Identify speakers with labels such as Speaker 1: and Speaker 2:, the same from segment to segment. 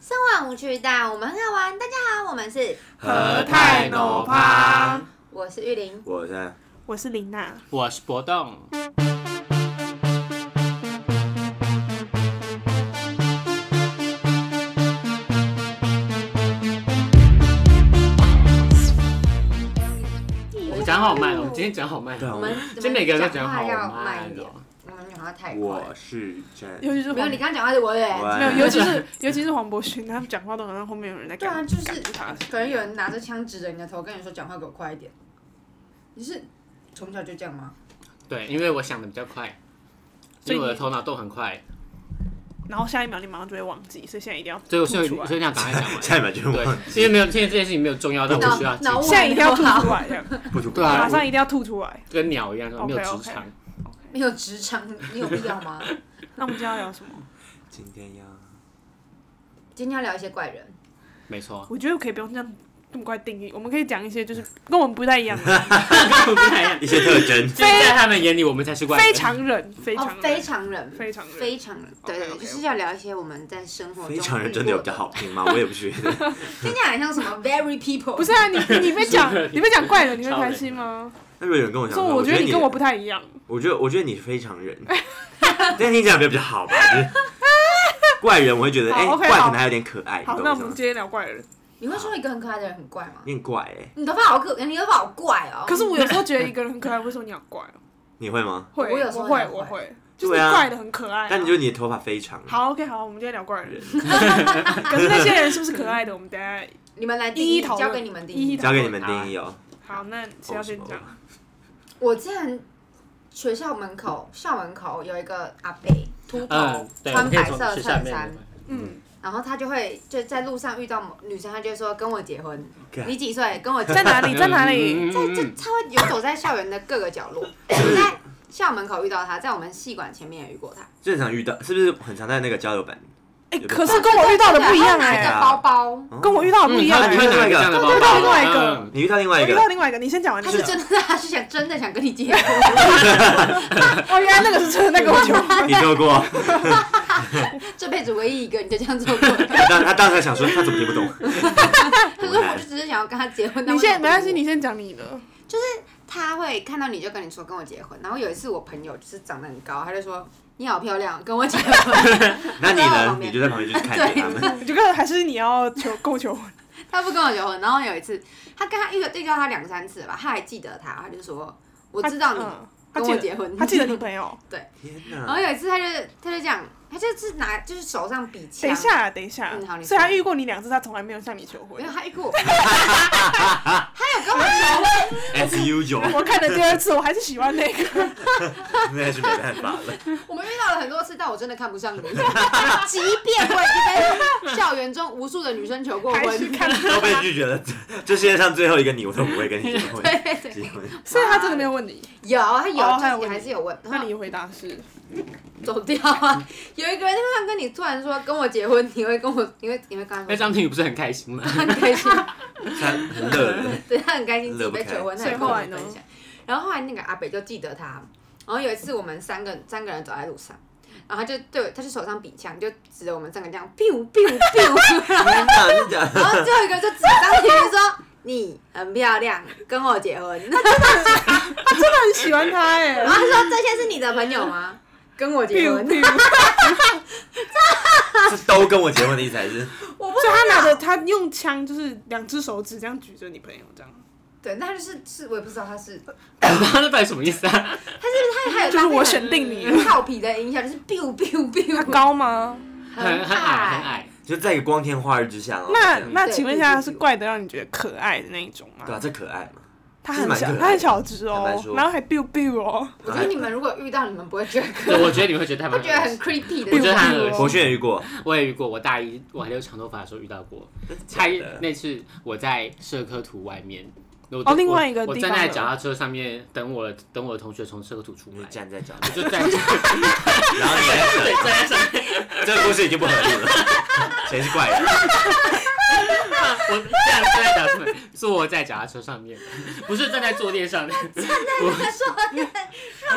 Speaker 1: 上无趣，但我们很好玩。大家好，我们是
Speaker 2: 和泰
Speaker 3: 诺趴，
Speaker 1: 我是玉玲。
Speaker 2: 我在
Speaker 3: 我是林娜，
Speaker 4: 我是博栋，我们讲好慢，我们今天讲好慢，
Speaker 2: 对啊
Speaker 1: 我们
Speaker 4: 今天每个人都
Speaker 1: 讲
Speaker 4: 讲
Speaker 1: 话
Speaker 4: 好
Speaker 1: 要
Speaker 4: 慢
Speaker 1: 一点
Speaker 4: 哦，，
Speaker 1: 我们讲话太快
Speaker 2: 我。是真
Speaker 3: 尤其是
Speaker 1: 没有，
Speaker 3: 黄
Speaker 1: 你刚刚讲话是我的，
Speaker 3: 没有，尤其 是尤其是黄博勋，他们讲话都好像后面有人在
Speaker 1: 对
Speaker 3: 赶
Speaker 1: 啊，就是
Speaker 3: 赶他。
Speaker 1: 可能有人拿着枪指着你的头，跟你说讲话给我快一点。你是从小就这样吗？
Speaker 4: 对，因为我想的比较快，
Speaker 3: 所
Speaker 4: 所
Speaker 3: 以
Speaker 4: 以
Speaker 3: 你
Speaker 4: 我的头脑动很快，
Speaker 3: 然后下一秒你马上就会忘记，所以现在一定要
Speaker 4: 所以我所
Speaker 3: 吐
Speaker 4: 以
Speaker 3: 出来
Speaker 4: 所以想赶快讲 完，
Speaker 2: 下一秒就
Speaker 4: 对
Speaker 2: 忘，
Speaker 4: 因为没有现在这件事情没有重要到我需要
Speaker 1: 脑
Speaker 4: 记
Speaker 1: 雾
Speaker 3: 现在一定要吐出来， 这样
Speaker 2: 不出
Speaker 4: 对啊
Speaker 3: 马上一定要吐出来。
Speaker 4: 跟鸟一样没有
Speaker 3: OK，OK
Speaker 4: 职场，
Speaker 1: 没有职场，你有必要吗？
Speaker 3: 那我们今天要聊什么？
Speaker 2: 今天要
Speaker 1: 今天要聊一些怪人，
Speaker 4: 没 错，
Speaker 3: 我觉得可以不用这样这么快定义，我们可以讲一些就是跟我们不太一样 的
Speaker 4: 跟我不太一样
Speaker 2: 一些特 征，
Speaker 4: 就是在他们眼里我们才是怪人
Speaker 3: 非常人，非
Speaker 1: 哦
Speaker 3: 常，
Speaker 1: 非
Speaker 3: 人，
Speaker 1: 常人，
Speaker 3: 非常人
Speaker 1: 非常人，对对，对
Speaker 3: OK，OK，OK
Speaker 1: 就是要聊一些我们在生活中
Speaker 2: 非常人真的有比较好听吗？我也不 觉得，
Speaker 1: 听起来很像什么 very people，
Speaker 3: 不是啊，你你被讲你被讲怪人，你会
Speaker 4: 超人
Speaker 3: 开心吗？
Speaker 2: 那如果有人跟我讲
Speaker 3: 说
Speaker 2: 说，
Speaker 3: 我觉
Speaker 2: 觉
Speaker 3: 得
Speaker 2: 得
Speaker 3: 你跟我不太一样，
Speaker 2: 我觉得我觉得你是非常人，这样听起来比较比较好 吧？就是怪人我会觉得，
Speaker 3: 好
Speaker 2: 哎，
Speaker 3: ，OK，
Speaker 2: 怪
Speaker 3: 好
Speaker 2: 可能还有点可爱，你
Speaker 3: 好，
Speaker 2: 懂
Speaker 3: 那我
Speaker 2: 吗
Speaker 3: 们？今天聊怪人。
Speaker 1: 你会说一个很可爱的人很怪吗？
Speaker 2: 你很怪哎，
Speaker 1: 你头发好可，你头发好怪哦。
Speaker 3: 可是我有时候觉得一个人很可爱，为 什么你要怪啊？
Speaker 2: 你会吗？
Speaker 3: 会，
Speaker 1: 我有时候
Speaker 3: 我会，
Speaker 1: 也会
Speaker 3: 我会，就是
Speaker 2: 对啊
Speaker 3: 怪的很可爱啊。
Speaker 2: 但你就你的头发非常，
Speaker 3: 好，OK，好，我们今天聊怪人。 可是那些人是不是可爱的？我们等一下
Speaker 1: 你们来定
Speaker 3: 一一
Speaker 1: 义，
Speaker 3: 讨
Speaker 1: 嗯
Speaker 3: 论，
Speaker 1: 交给你们定义。
Speaker 3: 一一讨
Speaker 2: 交
Speaker 3: 论
Speaker 2: 给你哦们定义哦。
Speaker 3: 好，那谁要先讲？
Speaker 1: 我之前学校门口校门口有一个阿伯，秃头
Speaker 4: 嗯，，对，我
Speaker 1: 穿
Speaker 4: 们可以
Speaker 1: 白
Speaker 4: 从
Speaker 1: 色
Speaker 4: 是下
Speaker 1: 衬
Speaker 4: 面
Speaker 1: 衫
Speaker 4: 那，个
Speaker 2: 哦
Speaker 3: 嗯，
Speaker 1: 然后他就会就在路上遇到某女生，他就会说跟我结婚。
Speaker 2: 干
Speaker 1: 你几岁？跟我结
Speaker 3: 在 哪里？在哪里？
Speaker 4: 嗯嗯
Speaker 1: 在
Speaker 4: 嗯
Speaker 1: 这
Speaker 4: 嗯
Speaker 1: 他会游走在校园的各个角落。我在校门口遇到他，在我们戏馆前面也遇过他。
Speaker 2: 正常遇到是不是很常在那个交友版？
Speaker 3: 哎，
Speaker 2: 有个
Speaker 3: 可是跟我遇到的不一样
Speaker 1: 对他
Speaker 3: 哎，
Speaker 1: 拿着包包，
Speaker 2: 哦
Speaker 3: 跟我遇到的不一样
Speaker 4: 嗯你会
Speaker 3: 哎。
Speaker 4: 拿一个这样的包
Speaker 3: 对对对
Speaker 4: 包，
Speaker 3: 另外一个
Speaker 4: 嗯
Speaker 2: 你遇到另
Speaker 3: 我
Speaker 2: 外一
Speaker 3: 遇
Speaker 2: 个
Speaker 3: 到另外一个，你先讲完。
Speaker 1: 他
Speaker 3: 你
Speaker 1: 是
Speaker 3: 先讲
Speaker 1: 真的，他是想真的想跟你结 婚。
Speaker 3: 哦，原来那个是真的，那个我就
Speaker 2: 你做过，
Speaker 1: 这辈子唯一一个，你就这样 做过。
Speaker 2: 他当他当时还想说他怎么听不懂，
Speaker 1: 可是我就只是想要跟他结婚。
Speaker 3: 你先没关系，
Speaker 1: 你
Speaker 3: 你先讲你的。
Speaker 1: 他会看到你就跟你说跟我结婚。然后有一次我朋友就是长得很高，他就说你好漂亮，跟我结婚。
Speaker 2: 那你
Speaker 1: 我在旁
Speaker 2: 呢？
Speaker 1: 边
Speaker 2: 你就在旁边就是看着他们，
Speaker 3: 我就跟还是你要求跟我求婚，
Speaker 1: 他不跟我结婚。然后有一次他跟他遇遇到他两三次吧，他还记得他，他就说我知道你
Speaker 3: 嗯他
Speaker 1: 跟
Speaker 3: 记
Speaker 1: 我
Speaker 3: 得
Speaker 1: 结婚，
Speaker 3: 他记得你。朋友。
Speaker 2: 天
Speaker 1: 然
Speaker 2: 哪！
Speaker 1: 后有一次他就他就这样，他就是拿就是手上比枪。
Speaker 3: 等一下，等一下
Speaker 1: 嗯好，你说
Speaker 3: 所以他遇过你两次，他从来没有向你求婚
Speaker 1: 没有，。他遇过我，他有跟我求婚，
Speaker 2: As usual，
Speaker 3: 我看了第二次，我还是喜欢那个。
Speaker 2: 那是没办法了。
Speaker 1: 我们遇到了很多次，但我真的看不上你。 即便我已经跟校园中无数的女生求过
Speaker 3: 还是
Speaker 1: 婚，
Speaker 3: 看不
Speaker 2: 都被拒绝了，这这世界上最后一个你，我都不会跟你结婚。
Speaker 1: 对 对对
Speaker 2: 结婚
Speaker 3: 所以他真的没有问你，
Speaker 1: 有他
Speaker 3: 哦
Speaker 1: 有，
Speaker 3: 还有
Speaker 1: 就是
Speaker 3: 问
Speaker 1: 还
Speaker 3: 题
Speaker 1: 是有问，然
Speaker 3: 那
Speaker 1: 后
Speaker 3: 你回答 是
Speaker 1: 走掉啊。 有一个人突然跟你突然说跟我结婚，你会跟我，你会你会跟他
Speaker 4: 那
Speaker 1: 说
Speaker 4: 张婷宇不是很开心吗？
Speaker 1: 他很开 心，
Speaker 2: 他很乐的，
Speaker 1: 对他很开心自
Speaker 2: 乐
Speaker 1: 己
Speaker 2: 不
Speaker 1: 被
Speaker 2: 开
Speaker 1: 求婚，他
Speaker 3: 所以
Speaker 1: 也跟我
Speaker 3: 后来
Speaker 1: 们
Speaker 3: 呢
Speaker 1: 分享。然后后来那个阿北就记得他，然后有一次我们三个三个人走在路上。然后他就对，他就手上比枪，就指着我们三个这样，biu biu biu，
Speaker 2: 天哪，真的假的
Speaker 1: 然后最后一个就指张婷婷说：“你很漂亮，跟我结婚。”
Speaker 3: 真的很喜欢他哎
Speaker 1: 然 后他说：“这些是你的朋友吗？跟我结婚。”
Speaker 2: 是都跟我结婚的意思还是？
Speaker 1: 我不
Speaker 3: 所以他拿着他用枪，就是两只手指这样举着你朋友这样，
Speaker 1: 对，那就是是我也不知道他是
Speaker 4: 他那到底什么意思啊？
Speaker 1: 他哎还有
Speaker 3: 就
Speaker 1: 搭
Speaker 3: 是
Speaker 1: 配
Speaker 3: 我
Speaker 1: 很
Speaker 3: 选定你了。
Speaker 1: 很好皮的音效，就是 biu biu
Speaker 3: 他
Speaker 1: biu，
Speaker 3: 高吗？
Speaker 4: 很很矮很。矮，
Speaker 2: 就在一个光天化日之下，然后
Speaker 3: 那
Speaker 2: 这样
Speaker 3: 那请问一下，他是怪的让你觉得可爱的那一种吗
Speaker 2: 对？啊，这可爱嘛？
Speaker 3: 他很
Speaker 2: 是蛮可
Speaker 3: 小，
Speaker 2: 爱的
Speaker 3: 他很小只
Speaker 2: 坦
Speaker 3: 哦
Speaker 2: 白，说
Speaker 3: 然后还 biu biu 哦，
Speaker 1: 我觉得你们如果遇到，你们不会觉得可
Speaker 4: 对，我觉得你会觉得他
Speaker 1: 会
Speaker 4: 蛮
Speaker 1: 觉得很 creepy 的。
Speaker 4: 我觉得他很恶
Speaker 2: 博
Speaker 4: 心。
Speaker 2: 轩也遇过，
Speaker 4: 我也遇过，我大一我还留长头发的时候遇到过。他
Speaker 2: 真的
Speaker 4: 那次我在社科图外面，我
Speaker 3: 哦另外一个
Speaker 4: 我
Speaker 3: 地
Speaker 4: 我
Speaker 3: 方
Speaker 4: 站在
Speaker 3: 的
Speaker 4: 脚踏车上面等我等我的同学从社科图出
Speaker 2: 你
Speaker 4: 来，
Speaker 2: 站在脚，
Speaker 4: 我就站 在
Speaker 2: 然 后你在
Speaker 4: 站在上面，
Speaker 2: 这个故事已经不合理了，谁是怪人？
Speaker 4: 我站站在脚上面，是我在脚踏车上面，不是站在坐垫上的。我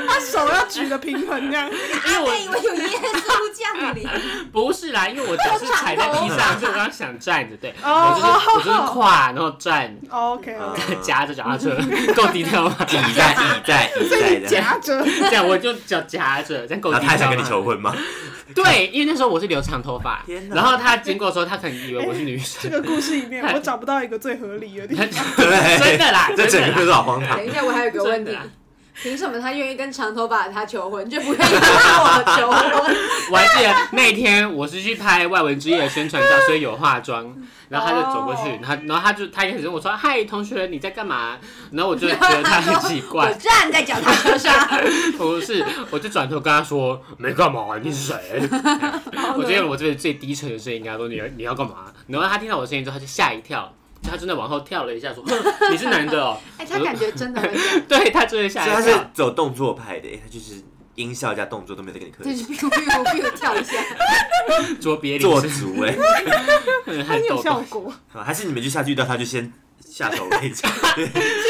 Speaker 3: 他手要举的平衡 这样，
Speaker 4: 因为
Speaker 1: 阿贝以
Speaker 4: 我
Speaker 1: 为有耶稣降 临，
Speaker 4: 不是啦，因为我脚是踩在地上，所以我刚刚想站着，对，
Speaker 3: 哦
Speaker 4: 我就是我就是跨，然后站，
Speaker 3: OK，哦
Speaker 2: 啊
Speaker 4: 夹着脚踏车， 够低调吗？
Speaker 2: 以在以在以在的，
Speaker 3: 夹着，
Speaker 4: 这样我就脚夹着，这样够
Speaker 2: 然
Speaker 4: 低
Speaker 2: 后他还
Speaker 4: 调
Speaker 2: 想
Speaker 4: 吗
Speaker 2: 跟你求婚吗？
Speaker 4: 对，因为那时候我是留长头发
Speaker 2: 天，哪
Speaker 4: 然后他经过的时候，他可能以为我是女
Speaker 3: 这
Speaker 4: 生，
Speaker 3: 个故事里面我找不到一个最合理的地方。
Speaker 2: 对，
Speaker 4: 真的啦，
Speaker 2: 这
Speaker 4: 真
Speaker 2: 整
Speaker 4: 的
Speaker 2: 个就
Speaker 4: 啦。
Speaker 2: 是好荒唐
Speaker 1: 等。一下，我还有一个问
Speaker 4: 真
Speaker 1: 题
Speaker 4: 的啊，
Speaker 1: 凭什么他愿意跟长头发的他求婚，就不愿意跟我求婚？
Speaker 4: 我还记得那天我是去拍外文之夜的宣传照，所以有化妆。然后他就走过去
Speaker 3: 哦，
Speaker 4: 然后然后他就他也跟我说：“嗨，同学，你在干嘛？”然后我就觉得他很奇
Speaker 1: 我
Speaker 4: 怪，
Speaker 1: 站在脚踏车 上，
Speaker 4: 不是，我就转头跟他说：“没干嘛，你是谁？” 我觉得我这边最低沉的声音跟他说：“你要你要干嘛？”然后他听到我的声音之后，他就吓一跳，就他真的往后跳了一下，说：“哼你是男的哦
Speaker 1: 哎，他感觉真的会 这样，？”
Speaker 4: 对他真的吓
Speaker 2: 所以他
Speaker 4: 一
Speaker 2: 是
Speaker 4: 跳。
Speaker 2: 走动作派的，他就是音效加动作都没有在跟你客
Speaker 1: 就
Speaker 2: 气，
Speaker 1: 是 biu biu biu 跳一下，
Speaker 4: 卓别林
Speaker 2: 做
Speaker 4: 是
Speaker 2: 足哎，
Speaker 4: 很
Speaker 3: 很有
Speaker 4: 逗
Speaker 3: 效
Speaker 4: 吧，
Speaker 3: 果，
Speaker 2: 还是你们就下去遇到他就先下手为强，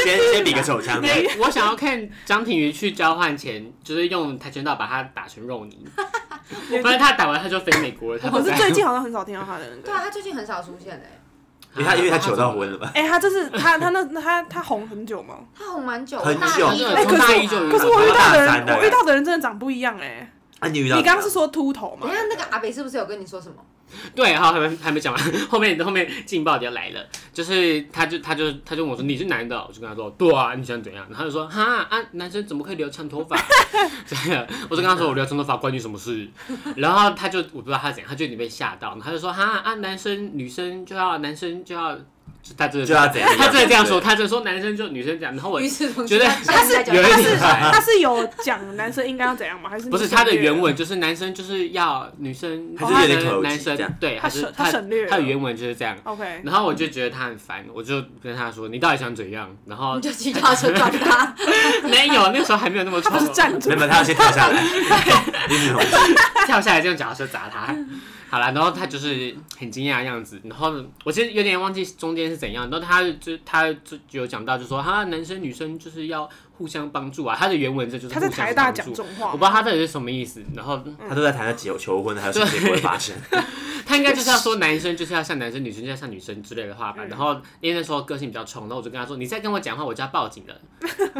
Speaker 2: 先先比个手枪，
Speaker 4: 那我想要看张庭瑜去交换前，就是用跆拳道把他打成 肉泥。不然他打完他就飞美国了。他不
Speaker 3: 可是
Speaker 4: 在
Speaker 3: 最 近好像很少听到他的那
Speaker 1: 对
Speaker 3: 个。
Speaker 1: 啊，他最近很少出现哎，
Speaker 2: 因为他因为他求到婚了吧？
Speaker 3: 哎，他这是他他那他他红很久吗？
Speaker 1: 他红蛮久，
Speaker 2: 很
Speaker 1: 大
Speaker 2: 久
Speaker 1: 一就
Speaker 4: 哎
Speaker 3: 可是
Speaker 1: 大
Speaker 4: 我
Speaker 1: 一就有
Speaker 3: 可是我遇到的
Speaker 2: 大三
Speaker 3: 人，
Speaker 2: 的
Speaker 3: 我遇到的人真的长不一样哎。
Speaker 2: 啊，你遇
Speaker 3: 你
Speaker 2: 到
Speaker 3: 刚刚是说秃头吗
Speaker 1: 等一？下那个阿北是不是有跟你说什么？
Speaker 4: 对，好，还没还没讲完，后面后面劲爆点来了，就是他就他就他就问我说你是男的哦，我就跟他说对啊，你想怎样？然后他就说哈啊，男生怎么可以留长头发？ 这样，我就跟他说我留长头发关你什么事？然后他就我不知道他怎样，他就有点被吓到，然后他就说哈啊，男生女生就要男生就要，就他真的
Speaker 2: 就要怎样？
Speaker 4: 他真的这样说，他真的说男生就女生这样，然 后我
Speaker 1: 与此同
Speaker 4: 觉
Speaker 1: 时，
Speaker 4: 得
Speaker 1: 站在脚
Speaker 4: 有
Speaker 1: 踏
Speaker 4: 一
Speaker 1: 车
Speaker 4: 点
Speaker 1: 上，
Speaker 4: 害怕
Speaker 3: 他是有讲男生应该要怎样吗？还是
Speaker 4: 不是他的原
Speaker 3: 文？
Speaker 4: 文，就是男生就是要女生，
Speaker 2: 还是有点
Speaker 4: 男
Speaker 2: 口
Speaker 4: 生
Speaker 2: 气
Speaker 4: 男
Speaker 2: 这样
Speaker 4: 生对，
Speaker 3: 他
Speaker 4: 是
Speaker 3: 省他省略了
Speaker 4: 他的原文就是这样。
Speaker 3: OK，
Speaker 4: 然后我就觉得他很烦，我就跟他说：“你到底想怎样？”然后
Speaker 1: 你就骑脚踏车撞他，
Speaker 4: 没有，那时候还没有那么
Speaker 3: 他
Speaker 4: 冲
Speaker 3: 不
Speaker 4: 动，
Speaker 3: 是站着
Speaker 2: 没，有，他要先跳下来，林子彤
Speaker 4: 跳下来就用脚踏车砸他。好了，然后他就是很惊讶的样子，然后我其实有点忘记中间是怎样，然后他就他就有讲到，就说哈，男生女生就是要互相帮助啊，他的原文这就是
Speaker 3: 他在
Speaker 4: 互相
Speaker 3: 台大
Speaker 4: 帮
Speaker 3: 讲
Speaker 4: 助
Speaker 3: 这种
Speaker 4: 我
Speaker 3: 话
Speaker 4: 不知。道他到底是什么意思，然后
Speaker 2: 他都在谈他求求婚，还有什么结果会发生？
Speaker 4: 他应该就是要说男生就是要像男生，女生就要像女生之类的话吧。
Speaker 3: 嗯
Speaker 4: 然后因为那时候个性比较冲，然后我就跟他说：“你再跟我讲话，我就要报警 了。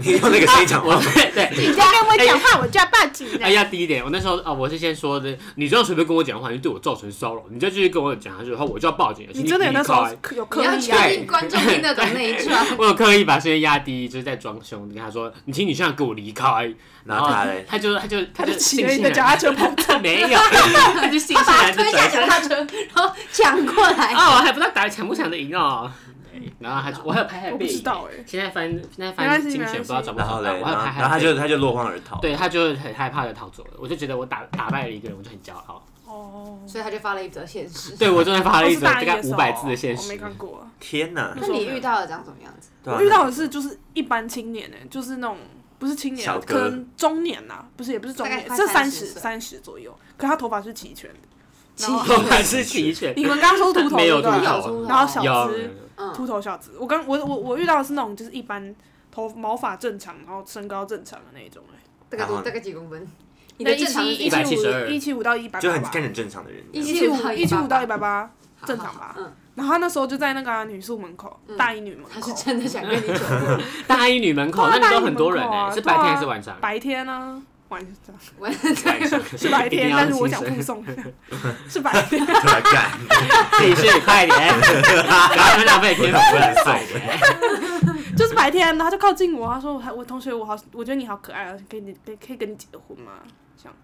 Speaker 2: 你用那个声音讲
Speaker 4: 我
Speaker 2: 话，
Speaker 4: 对，
Speaker 1: 哎
Speaker 3: 你在跟我讲话，我就要报警
Speaker 4: 哎，要低一点。我那时候啊、哦我是先说的，你只要随便跟我讲话，你就对我造成骚扰，你再继续跟我讲下去的话，我就要报警了。
Speaker 3: 你真的有那时候
Speaker 4: 请你离
Speaker 3: 有
Speaker 1: 你
Speaker 3: 刻
Speaker 1: 要
Speaker 3: 意
Speaker 1: 确
Speaker 3: 啊？
Speaker 1: 定观众听得懂那一串。
Speaker 4: 开我有刻意把声音压低，就是在装凶，跟他说：“你请你现在给我离开。”
Speaker 2: 然
Speaker 4: 然
Speaker 2: 后
Speaker 4: 后
Speaker 2: 他嘞，
Speaker 4: 他就他就
Speaker 3: 他
Speaker 4: 他
Speaker 3: 就
Speaker 4: 就
Speaker 3: 骑
Speaker 4: 信
Speaker 3: 了
Speaker 4: 心
Speaker 3: 你的脚踏车跑，
Speaker 4: 没有， 他就信
Speaker 1: 他
Speaker 4: 心
Speaker 1: 把他
Speaker 4: 然
Speaker 1: 推
Speaker 4: 的
Speaker 1: 下
Speaker 4: 转身
Speaker 1: 脚踏车， 然后抢过来。
Speaker 4: 哦，我还不知道打得抢不抢得赢哦。然后他就我还有拍拍背影，
Speaker 3: 我不知道哎
Speaker 4: 现在翻现在
Speaker 3: 没
Speaker 4: 翻
Speaker 3: 关系
Speaker 4: 精
Speaker 3: 没关
Speaker 4: 选，不
Speaker 3: 系
Speaker 4: 知道找不
Speaker 2: 然后
Speaker 4: 找到。
Speaker 2: 嘞，
Speaker 4: 我
Speaker 2: 然
Speaker 4: 还有
Speaker 2: 后
Speaker 4: 拍
Speaker 2: 然后他
Speaker 4: 拍背
Speaker 2: 就
Speaker 4: 影，
Speaker 2: 他就落荒而逃。
Speaker 4: 对他就很害怕的逃走了。我就觉得我打打败了一个人，我就很骄傲。
Speaker 3: 哦，
Speaker 1: 所以他就发了一则现实。
Speaker 4: 对我真的发
Speaker 3: 我
Speaker 4: 了一
Speaker 3: 是
Speaker 4: 则
Speaker 3: 大
Speaker 4: 大
Speaker 3: 一
Speaker 4: 概
Speaker 3: 的时
Speaker 4: 五
Speaker 3: 候
Speaker 4: 百字的现
Speaker 3: 我
Speaker 4: 实
Speaker 3: 没，看过。
Speaker 2: 天哪！
Speaker 1: 那你遇到的长什么样子？
Speaker 2: 对啊
Speaker 3: 我遇到的是就是一般青年呢、就是那种不是青年啊
Speaker 2: 小，哥
Speaker 3: 可能中年呐、不是也不是中年
Speaker 1: 大概，快
Speaker 3: 这三
Speaker 1: 30
Speaker 3: 十
Speaker 1: 岁
Speaker 3: 三十左右，可他头发是齐全的。
Speaker 1: 齐
Speaker 3: 然后
Speaker 4: 我哦 还是齐全，
Speaker 3: 你们刚刚说是秃头
Speaker 4: 没有
Speaker 3: 对不啊对
Speaker 1: 秃头
Speaker 3: 然后小
Speaker 4: 有
Speaker 3: 资秃
Speaker 1: 嗯，
Speaker 3: 头小子，我刚我我我遇到的是那种就是一般头毛发正常，然后身高正常的那一种、欸，
Speaker 1: 大概
Speaker 2: 然后
Speaker 1: 多
Speaker 2: 呢
Speaker 1: 大概几公分？你
Speaker 3: 你
Speaker 1: 的正常是
Speaker 3: 一
Speaker 1: 几
Speaker 4: 百
Speaker 3: 七
Speaker 4: 172
Speaker 3: 五一七五到一百
Speaker 2: 就
Speaker 3: 八
Speaker 2: 很
Speaker 3: 吧，
Speaker 2: 看很正常的人，
Speaker 1: 一
Speaker 3: 一七五一七五到一
Speaker 1: 一
Speaker 3: 百八，正常吧
Speaker 1: 嗯，
Speaker 3: 然后他那时候就在那个啊、女宿门口，
Speaker 1: 嗯
Speaker 3: 大一女门
Speaker 1: 他
Speaker 3: 口
Speaker 1: 是，真的想跟你求婚，
Speaker 4: 大一女门口，那
Speaker 3: 对啊
Speaker 4: 里都很多人
Speaker 3: 大一女门口
Speaker 4: 呢，
Speaker 3: 啊
Speaker 4: 是白天还是晚上？
Speaker 3: 白天啊呢、晚上
Speaker 1: 我
Speaker 4: 晚上
Speaker 3: 是 白天，但是我想
Speaker 4: 一 定
Speaker 3: 附
Speaker 4: 要
Speaker 3: 送 是白天。
Speaker 2: 突然干，
Speaker 4: 自己是哎快点， 然后你们俩被天
Speaker 2: 不
Speaker 4: 不
Speaker 2: 能
Speaker 4: 能
Speaker 2: 送
Speaker 4: 送。
Speaker 3: 就是白天，然后他就靠近我，他说：“我我同学，我好，我觉得你好可爱啊，可以你可以可以跟你结婚吗？”这样，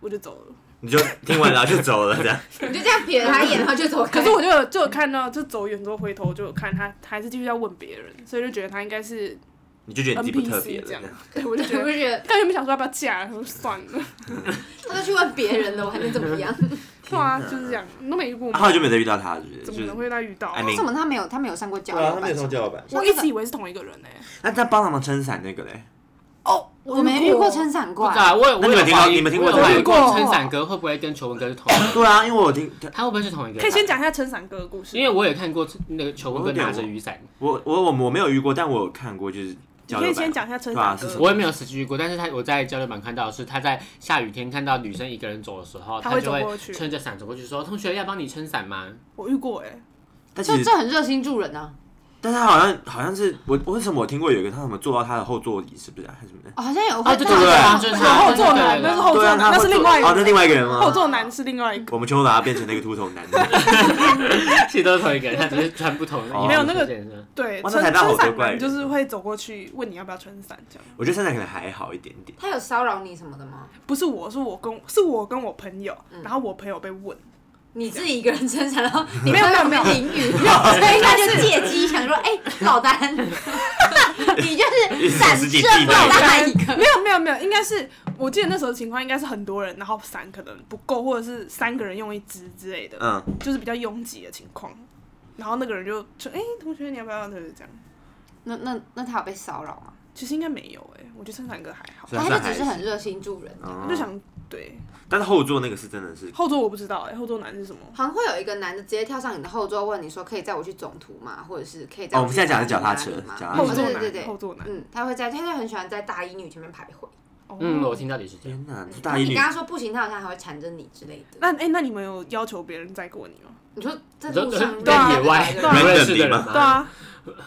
Speaker 3: 我就走了。
Speaker 2: 你就听完然后就走了这 样。
Speaker 1: 你就这样瞥 他一眼，然后就走开。
Speaker 3: 可是我就有就有看到，就走远之后回头就有看他，他还是继续在问别人，所以就觉得他应该是，
Speaker 2: 你就觉得你自己不特别了，这样
Speaker 3: NPC 对我就觉
Speaker 1: 我
Speaker 3: 得
Speaker 1: 就觉得
Speaker 3: 刚原本想说要不要嫁，然后算了，
Speaker 1: 他都去问别人了，我还能怎么样？
Speaker 3: 对啊，就是这样，你都没遇过
Speaker 2: 啊然后
Speaker 3: 吗？
Speaker 2: 就没再遇到他，是不是？
Speaker 3: 怎
Speaker 2: 就
Speaker 3: 么
Speaker 2: 是
Speaker 3: 能会让他遇到啊？
Speaker 2: I
Speaker 1: 为
Speaker 2: mean，
Speaker 1: 什么他没有他没有上过交
Speaker 2: 对啊，
Speaker 1: 友
Speaker 2: 他没有上
Speaker 1: 班？
Speaker 2: 交友版。
Speaker 1: 像
Speaker 3: 我
Speaker 1: 那
Speaker 3: 一欸
Speaker 1: 个
Speaker 3: 直以为是同一个人呢、
Speaker 2: 那他帮他们撑伞那个嘞，
Speaker 3: 哦，
Speaker 1: 我没遇过
Speaker 3: 真
Speaker 1: 撑伞
Speaker 4: 不
Speaker 1: 怪
Speaker 4: 知，道，啊我有我
Speaker 2: 那你
Speaker 4: 有
Speaker 2: 们听到
Speaker 4: 怀疑，
Speaker 2: 你们听过
Speaker 4: 我有怀疑
Speaker 3: 这个
Speaker 4: 过
Speaker 3: 吗
Speaker 4: 撑伞哥会不会跟求文哥是同一个 人？
Speaker 2: 对啊，因为我听
Speaker 4: 他会不会是同一个人？
Speaker 3: 可以先讲一下撑伞哥的故事，
Speaker 4: 因为我也看过那个求婚哥拿着雨伞，
Speaker 2: 我我我我没有遇过，但我有看过，就是
Speaker 3: 你
Speaker 2: 交
Speaker 3: 可
Speaker 2: 流
Speaker 3: 以先
Speaker 2: 版。
Speaker 3: 讲一下撑
Speaker 2: 对
Speaker 3: 伞
Speaker 2: 啊是什
Speaker 3: 哥，
Speaker 4: 我也没有实际遇过，但是他我在交流版看到的是他在下雨天看到女生一个人走的时候，
Speaker 3: 他
Speaker 4: 他
Speaker 3: 会
Speaker 4: 就
Speaker 3: 走过
Speaker 4: 会
Speaker 3: 去
Speaker 4: 撑着伞走过去说：“同学要帮你撑伞吗
Speaker 3: 我遇过哎，
Speaker 2: 但其
Speaker 1: 就
Speaker 2: 实，
Speaker 1: 这很热心助人啊！
Speaker 2: 但是他好像好像是我为什么我听过有一个他什么坐到他的后座椅是不是、啊、还是什么的？
Speaker 1: 哦，好像有
Speaker 4: 哦对对对
Speaker 1: 好像
Speaker 4: 对
Speaker 1: 有
Speaker 3: 那是
Speaker 4: 对对对对
Speaker 3: 后座男，那是后座
Speaker 2: 对啊，
Speaker 3: 男，
Speaker 2: 他
Speaker 3: 那是另外一
Speaker 2: 哦，那
Speaker 3: 个
Speaker 2: 另外一个人
Speaker 3: 后
Speaker 2: 吗？
Speaker 3: 座男是另外一个，
Speaker 2: 我们全部把他变成那个秃头男的。？”
Speaker 4: 其实都是同一个人，他只是穿不同的衣服。
Speaker 2: 没
Speaker 3: 有那个
Speaker 4: 这件事
Speaker 3: 对，
Speaker 2: 哇
Speaker 3: 撑
Speaker 2: 那台大好
Speaker 3: 撑
Speaker 2: 多
Speaker 3: 伞
Speaker 2: 怪欸人
Speaker 3: 男就是会走过去问你要不要撑伞这样。
Speaker 2: 我觉得现在可能还好一点点。
Speaker 1: 他有骚扰你什么的吗？
Speaker 3: 不是我，是我跟是我跟我朋友，然后我朋友被问，
Speaker 1: 你自己一个人撑伞，然后你
Speaker 3: 没有没有没有
Speaker 1: 淋 雨，所以他就借机想说，哎，老 丹，你就是伞
Speaker 2: 自己
Speaker 1: 这
Speaker 2: 地
Speaker 1: 么
Speaker 2: 带
Speaker 1: 大一个，
Speaker 3: 没有没有没有，应该是我记得那时候情况应该是很多人，然后伞可能不够，或者是三个人用一支之类的，
Speaker 2: 嗯，
Speaker 3: 就是比较拥挤的情况。然后那个人就就哎、同学你要不要就是这样？
Speaker 1: 那那那他有被骚扰吗？
Speaker 3: 其实应该没有哎、我觉得撑伞哥还好，
Speaker 2: 所以
Speaker 1: 他
Speaker 2: 算
Speaker 1: 就只是
Speaker 2: 还
Speaker 1: 很热心助人。
Speaker 2: 哦
Speaker 3: 我就想对
Speaker 2: 但是后座那个是真的是，
Speaker 3: 后座我不知道哎、后座男是什么？
Speaker 1: 好像会有一个男的直接跳上你的后座，问你说可以载我去总图吗？或者是可以载去
Speaker 2: 哦我们现在讲的是脚踏
Speaker 1: 哪里
Speaker 2: 车
Speaker 1: 吗
Speaker 2: 脚踏
Speaker 1: 哦
Speaker 3: 后座
Speaker 1: 对
Speaker 3: 男，
Speaker 1: 对对对
Speaker 3: 后，座男。
Speaker 1: 嗯，他会在，他就很喜欢在大衣女前面徘徊。
Speaker 3: 哦
Speaker 4: 嗯，我听到底是这样。
Speaker 2: 天哪，这
Speaker 1: 然
Speaker 2: 哦大
Speaker 1: 后
Speaker 2: 一
Speaker 1: 你
Speaker 2: 女
Speaker 1: 跟他说不行，他好像还会缠着你之类的。
Speaker 3: 那哎、那你们有要求别人载过你吗？
Speaker 1: 你说在
Speaker 4: 你说呃
Speaker 1: 路上
Speaker 3: 对啊
Speaker 4: 在野外
Speaker 1: 对
Speaker 3: 啊
Speaker 4: 不认识的人
Speaker 2: 对
Speaker 3: 对啊，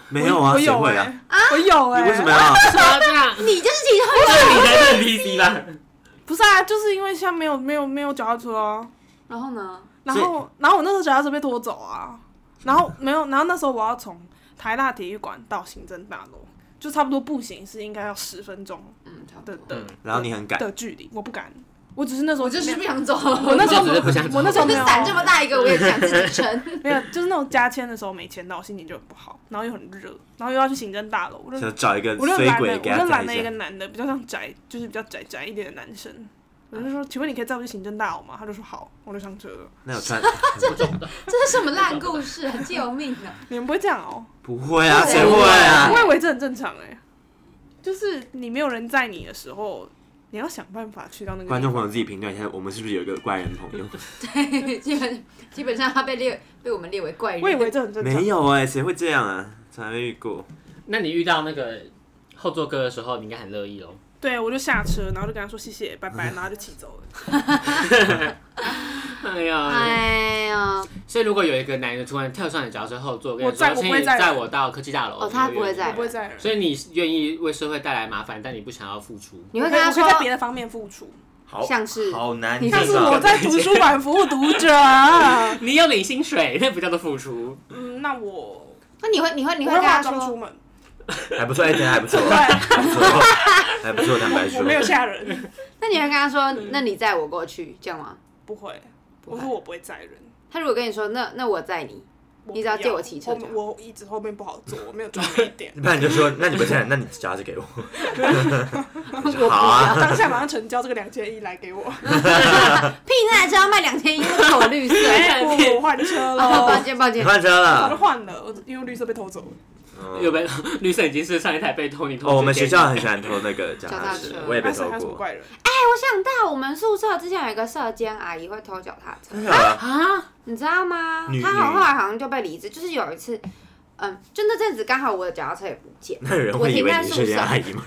Speaker 2: 没有啊，
Speaker 3: 我
Speaker 2: 谁
Speaker 3: 有
Speaker 2: 会
Speaker 3: 哎、
Speaker 2: 啊？
Speaker 3: 我有哎、
Speaker 2: 你为什么要？
Speaker 4: 是啊，这样
Speaker 1: 你就是其中一个。
Speaker 4: 你才是 NPC 吧？
Speaker 3: 不是啊，就是因为像没有没有没有脚踏车啊，
Speaker 1: 然后呢？
Speaker 3: 然
Speaker 2: 所以
Speaker 3: 后然后我那时候脚踏车被拖走啊，然后没有，然后那时候我要从台大体育馆到行政大楼，就差不多步行是应该要十分钟
Speaker 1: 嗯，差不
Speaker 3: 的
Speaker 1: 多。
Speaker 3: 的
Speaker 2: 然后你很敢，
Speaker 3: 的距离，我不敢，我只是那时候
Speaker 1: 我就是
Speaker 3: 没
Speaker 1: 不
Speaker 3: 有
Speaker 1: 想走，
Speaker 3: 我那时候
Speaker 4: 我只是不想
Speaker 3: 我那时候
Speaker 1: 我
Speaker 3: 没
Speaker 1: 的
Speaker 3: 有
Speaker 1: 伞这么大一个，我也想自己撑。
Speaker 3: 没有，就是那种加签的时候没签到，心情就很不好，然后又很热，然后又要去行政大楼，我就
Speaker 2: 想找一个
Speaker 3: 我就
Speaker 2: 水
Speaker 3: 拦了，
Speaker 2: 鬼给
Speaker 3: 我
Speaker 2: 他
Speaker 3: 就
Speaker 2: 载
Speaker 3: 拦了一
Speaker 2: 一
Speaker 3: 个
Speaker 2: 下。
Speaker 3: 男的，比较像宅，就是比较宅宅一点的男生。我就说，请问你可以载我去行政大楼吗？他就说好，我就上车了。
Speaker 2: 那有穿？
Speaker 1: 这是什么烂故事啊？ 救命啊！
Speaker 3: 你们不会这样哦、
Speaker 2: 不会啊，
Speaker 1: 对
Speaker 2: 谁会啊？
Speaker 3: 我以为这很正常哎、就是你没有人载你的时候，你要想办法去到那个地
Speaker 2: 观众朋友
Speaker 3: 方。
Speaker 2: 自己评断一下，我们是不是有一个怪人 朋友？
Speaker 1: 对，基本基本上他被列被我们列为怪人。
Speaker 3: 我以为这很正常
Speaker 2: 没，有哎、谁会这样啊？从来没遇过。
Speaker 4: 那你遇到那个后座哥的时候，你应该很乐意哦。
Speaker 3: 对我就下车，然后就跟他说 谢谢，拜拜，然后他就骑走了。
Speaker 4: 哎呀，
Speaker 1: 哎呀，
Speaker 4: 所以如果有一个男人突然跳上你脚踏车后座，跟
Speaker 3: 我
Speaker 4: 你说
Speaker 3: 载我：“不
Speaker 4: 请
Speaker 3: 会
Speaker 4: 你
Speaker 3: 载
Speaker 4: 载
Speaker 3: 人
Speaker 4: 我到科技大楼。”
Speaker 1: 哦他不会载
Speaker 3: 我不会载人，
Speaker 4: 所以你愿意为社会带来麻烦，但你不想要付出。
Speaker 1: 你
Speaker 3: 我
Speaker 1: 会
Speaker 3: 可
Speaker 1: 跟
Speaker 3: 以
Speaker 1: 他
Speaker 3: 我可
Speaker 1: 说
Speaker 3: 以在别的方面付出。
Speaker 2: 好
Speaker 1: 像是
Speaker 2: 好难
Speaker 1: 你
Speaker 2: 听啊，
Speaker 3: 但是我在图书馆服务读者。
Speaker 4: 你有领薪水， 那不叫做付出。
Speaker 3: 嗯，那我
Speaker 1: 那你会你会你
Speaker 3: 我
Speaker 1: 会
Speaker 3: 会
Speaker 1: 跟
Speaker 3: 化
Speaker 1: 他
Speaker 3: 妆出
Speaker 1: 说，
Speaker 3: 门，
Speaker 2: 还不错，哎、真的还 不错，
Speaker 3: 对，
Speaker 2: 还不错，还不错，坦白
Speaker 3: 我
Speaker 2: 说，
Speaker 3: 没有吓 人，
Speaker 1: 那你会跟他说，
Speaker 3: 嗯
Speaker 1: 那你载我过去，这样吗？
Speaker 3: 不会。
Speaker 1: 不
Speaker 3: 我
Speaker 1: 会
Speaker 3: 说我不会载人，
Speaker 1: 他如果跟你说，那那我载 你，
Speaker 3: 我
Speaker 1: 你只要
Speaker 3: 不
Speaker 1: 借我骑车
Speaker 3: 后
Speaker 1: 就
Speaker 3: 面
Speaker 1: 好
Speaker 3: 我椅子后面不好坐，我没有装备
Speaker 2: ，
Speaker 3: 点
Speaker 2: 不然你就说，那你们现在，那你夹子 给我，
Speaker 1: 我不
Speaker 2: 好
Speaker 1: 要
Speaker 2: 啊，
Speaker 3: 当下马上成交这个两千一来给我，
Speaker 1: 屁，那台车要卖两千一，那口绿色。
Speaker 3: 哎不，我换车
Speaker 1: 哦，抱
Speaker 3: 了，
Speaker 1: 歉抱
Speaker 2: 你
Speaker 1: 歉，
Speaker 2: 换车
Speaker 3: 我就
Speaker 2: 了。
Speaker 3: 换了，我因为绿色被偷走了。
Speaker 2: 嗯
Speaker 4: 有没 有？绿色已经是上一台被偷你偷。
Speaker 2: 哦，我们学校很喜欢偷那个脚踏
Speaker 1: 脚踏
Speaker 2: 车
Speaker 1: 车，
Speaker 2: 我哎也被
Speaker 3: 那谁
Speaker 2: 偷
Speaker 3: 还有什么
Speaker 2: 过。
Speaker 3: 怪人？
Speaker 1: 那我们宿舍之前有一个社监阿姨会偷脚踏车
Speaker 2: 真，的啊
Speaker 4: 啊，
Speaker 1: 你知道吗
Speaker 2: 女？，
Speaker 1: 她好后来好像就被离职，就是有一次，嗯，就那阵子刚好我的脚踏车也不见
Speaker 2: 那有人会以为你是人家阿姨吗？。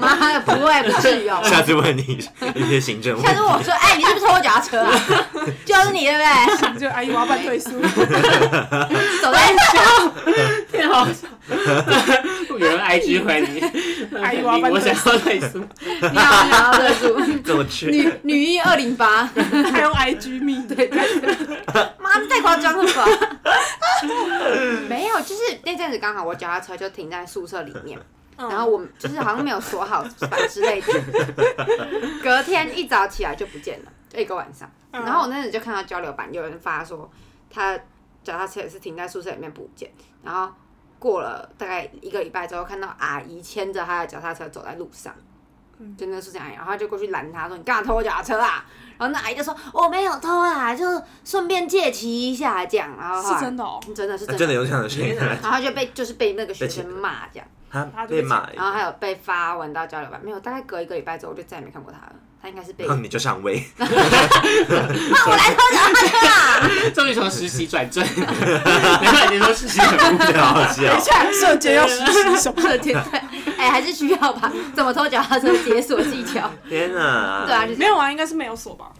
Speaker 1: 妈的，不会不至于哦
Speaker 2: 下次问你 一些行政
Speaker 1: 下
Speaker 2: 问
Speaker 1: 次
Speaker 2: 题。
Speaker 1: 我说，哎、你是不是偷我脚踏车啊？ 就是你对不
Speaker 3: 就阿姨，我要办退书，
Speaker 1: 对？走在
Speaker 4: 天好笑！有人 IG 回你，
Speaker 3: 阿哎姨我要搬
Speaker 4: 我
Speaker 3: 退
Speaker 4: 想
Speaker 3: 书，
Speaker 4: 要退书。
Speaker 1: 你好你好的主
Speaker 2: 怎么去？
Speaker 1: 女女一二零八，
Speaker 3: 还用 IG 密的，
Speaker 1: 对对对，妈这太夸张了 吧？没有，就是那阵子刚好我脚踏车就停在宿舍里面。
Speaker 3: 嗯
Speaker 1: 然后我们就是好像没有锁好吧之类的， 隔天一早起来就不见了，就一个晚上。
Speaker 3: 嗯
Speaker 1: 然后我那阵就看到交流版有人发说他脚踏车也是停在宿舍里面不见，然后过了大概一个礼拜之后，看到阿姨牵着她的脚踏车走在路上
Speaker 3: 嗯。
Speaker 1: 就那个宿舍阿姨，然后她就过去拦她说：“你干嘛偷我脚踏车啊？”然后那阿姨就说：“我没有偷啦，就顺便借骑一下这样。”然后后
Speaker 3: 是
Speaker 1: 来
Speaker 3: 真的哦，
Speaker 1: 真的是
Speaker 2: 啊
Speaker 1: 真
Speaker 2: 真
Speaker 1: 的，
Speaker 2: 的有这样的声音啊？
Speaker 1: 然后她就被就是被那个学啊
Speaker 2: 被
Speaker 1: 生骂这样。
Speaker 2: 他
Speaker 3: 他就
Speaker 2: 被
Speaker 3: 被
Speaker 2: 骂，
Speaker 1: 然后还有被发文到交流版，没有，大概隔一个礼拜之后，我就再也没看过他了。他应该是被
Speaker 2: 然后你就 上位，
Speaker 4: 终于从实习转 正，难怪你说实习很无
Speaker 2: 好好笑
Speaker 3: 等一。下，射箭要实施什么？
Speaker 1: 我的天，对，哎，还是需要 吧？怎么偷脚踏车解锁技巧？
Speaker 2: 天哪！
Speaker 1: 对啊，，就是
Speaker 3: 没有啊，应该是没有锁吧？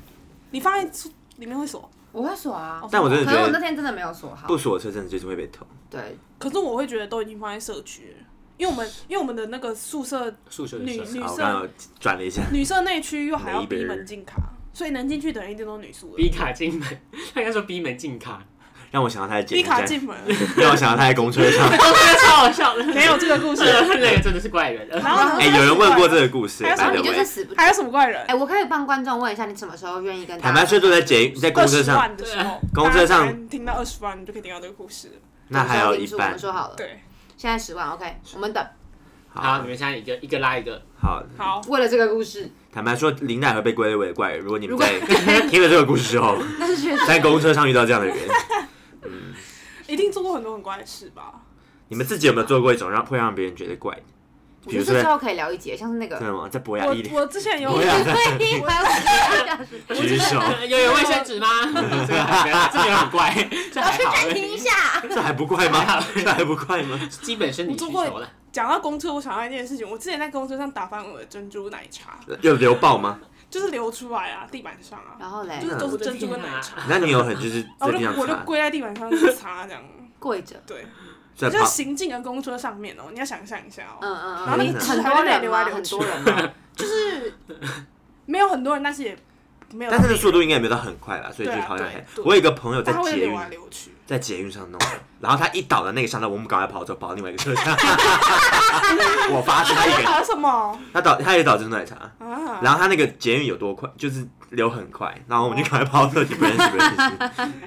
Speaker 3: 你放在里面会锁，哦
Speaker 1: 我会锁啊，
Speaker 2: 但我真的
Speaker 1: 可
Speaker 2: 觉
Speaker 1: 是我那
Speaker 2: 得
Speaker 1: 天真的没有锁好
Speaker 2: 哦不。锁车真的就是会被偷。
Speaker 1: 对，
Speaker 3: 可是我会觉得都已经放在社区了，因为我们因为我们的那个宿舍
Speaker 4: 数学的
Speaker 3: 女
Speaker 4: 时
Speaker 3: 女
Speaker 2: 好，我刚刚
Speaker 3: 舍
Speaker 2: 有转了一下，
Speaker 3: 女舍内区又还要
Speaker 2: Neighbor
Speaker 3: 逼门禁卡，所以能进去的人一定都是女宿
Speaker 4: 逼
Speaker 3: 的。
Speaker 4: 卡进门， 他应该说逼门进卡，
Speaker 2: 让我想到他在捷
Speaker 3: 逼
Speaker 2: 运
Speaker 3: 卡
Speaker 2: 站，
Speaker 3: 进门，
Speaker 2: 让我想到他在公车 上。
Speaker 4: 哦，这个超好笑的，
Speaker 3: 没有这 个故事。
Speaker 4: 那个真的是怪人。
Speaker 3: 然后呢
Speaker 2: 哎，有人问过这个故事，
Speaker 3: 还有什
Speaker 1: 然
Speaker 3: 么
Speaker 1: 后
Speaker 2: by
Speaker 1: 你就
Speaker 2: the way
Speaker 1: 是死不。
Speaker 3: 还有什么怪人
Speaker 1: 哎，？我可以帮观众问一下，你什么时候愿意跟大家
Speaker 2: 坦白说，都在捷在公
Speaker 3: 二
Speaker 2: 车
Speaker 3: 十
Speaker 2: 上，
Speaker 3: 万的时候，
Speaker 2: 公车上
Speaker 3: 大家听到二十万，你就可以听到这个故事。
Speaker 2: 那还有一
Speaker 1: 什么时候定数我
Speaker 2: 半
Speaker 1: 们。说好了，
Speaker 3: 对，
Speaker 1: 现在十万，OK，我们等。
Speaker 4: 好，你们现在一个一个拉一个，
Speaker 2: 好，
Speaker 3: 好，
Speaker 1: 为了这个故事，
Speaker 2: 坦白说，林奈会被归类为怪人。如果你们
Speaker 1: 如果
Speaker 2: 在 听了这个故事之后，
Speaker 1: 但是确实
Speaker 2: 在公车上遇到这样的人，
Speaker 3: 一定做过很多很怪的事吧？
Speaker 2: 你们自己有没有做过一种让会让别人觉得怪的？
Speaker 1: 我
Speaker 2: 比
Speaker 1: 觉
Speaker 2: 如
Speaker 1: 得
Speaker 2: 说
Speaker 1: 这
Speaker 2: 在，
Speaker 1: 之后可以聊一节，像是那个
Speaker 2: 真的吗？在博雅啊一啊
Speaker 3: 我我之前有，
Speaker 2: 博 雅 举手，
Speaker 4: 有有卫生纸 吗？这个还没有这个很怪，这还 好，
Speaker 1: 下，
Speaker 2: 这还不怪吗？这还不怪吗？
Speaker 4: 基本生理需求了。
Speaker 3: 讲到公车，我想到一件事情，我之前在公车上打翻我的珍珠奶茶，
Speaker 2: 有流爆吗？
Speaker 3: 就是流出来啊，地板上啊，
Speaker 1: 然后嘞
Speaker 2: 哎
Speaker 3: 就，是都是珍珠
Speaker 4: 我
Speaker 3: 跟
Speaker 4: 的天
Speaker 3: 奶
Speaker 4: 啊
Speaker 3: 茶，
Speaker 2: 那你有很就是
Speaker 3: 然后
Speaker 2: 在
Speaker 3: 哦我
Speaker 2: 地上
Speaker 3: 就我就
Speaker 2: 擦，
Speaker 3: 跪在地板上去擦这样。
Speaker 1: 跪着，
Speaker 3: 对，
Speaker 2: 在
Speaker 3: 就是
Speaker 2: 旁
Speaker 3: 行进的公车上面哦，你要想象一下哦，
Speaker 1: 嗯嗯嗯，
Speaker 3: 然后
Speaker 2: 那个
Speaker 1: 很
Speaker 3: 纸
Speaker 1: 多
Speaker 3: 还会
Speaker 1: 人
Speaker 3: 流
Speaker 1: 吗？
Speaker 3: 来流
Speaker 1: 很
Speaker 3: 去
Speaker 1: 多人吗？
Speaker 3: 就是没有很多人，但是也没有，
Speaker 2: 但是这个速度应该也没有到很快啦，所以就
Speaker 3: 对啊
Speaker 2: 好像
Speaker 3: 对
Speaker 2: 还。
Speaker 3: 对
Speaker 2: 我有一个朋友在
Speaker 3: 它会
Speaker 2: 捷
Speaker 3: 流
Speaker 2: 运
Speaker 3: 来流去。
Speaker 2: 在捷运上弄的，然后他一倒的那个上到，我们赶快跑走，跑到另外一个车 厢。我发誓他一个
Speaker 3: 在
Speaker 2: 人，
Speaker 3: 搞啊什么
Speaker 2: 他倒他也倒珍珠奶茶，
Speaker 3: 啊？
Speaker 2: 然后他那个捷运有多快，就是流很快，然后我们就赶快跑走，就不认识不认识，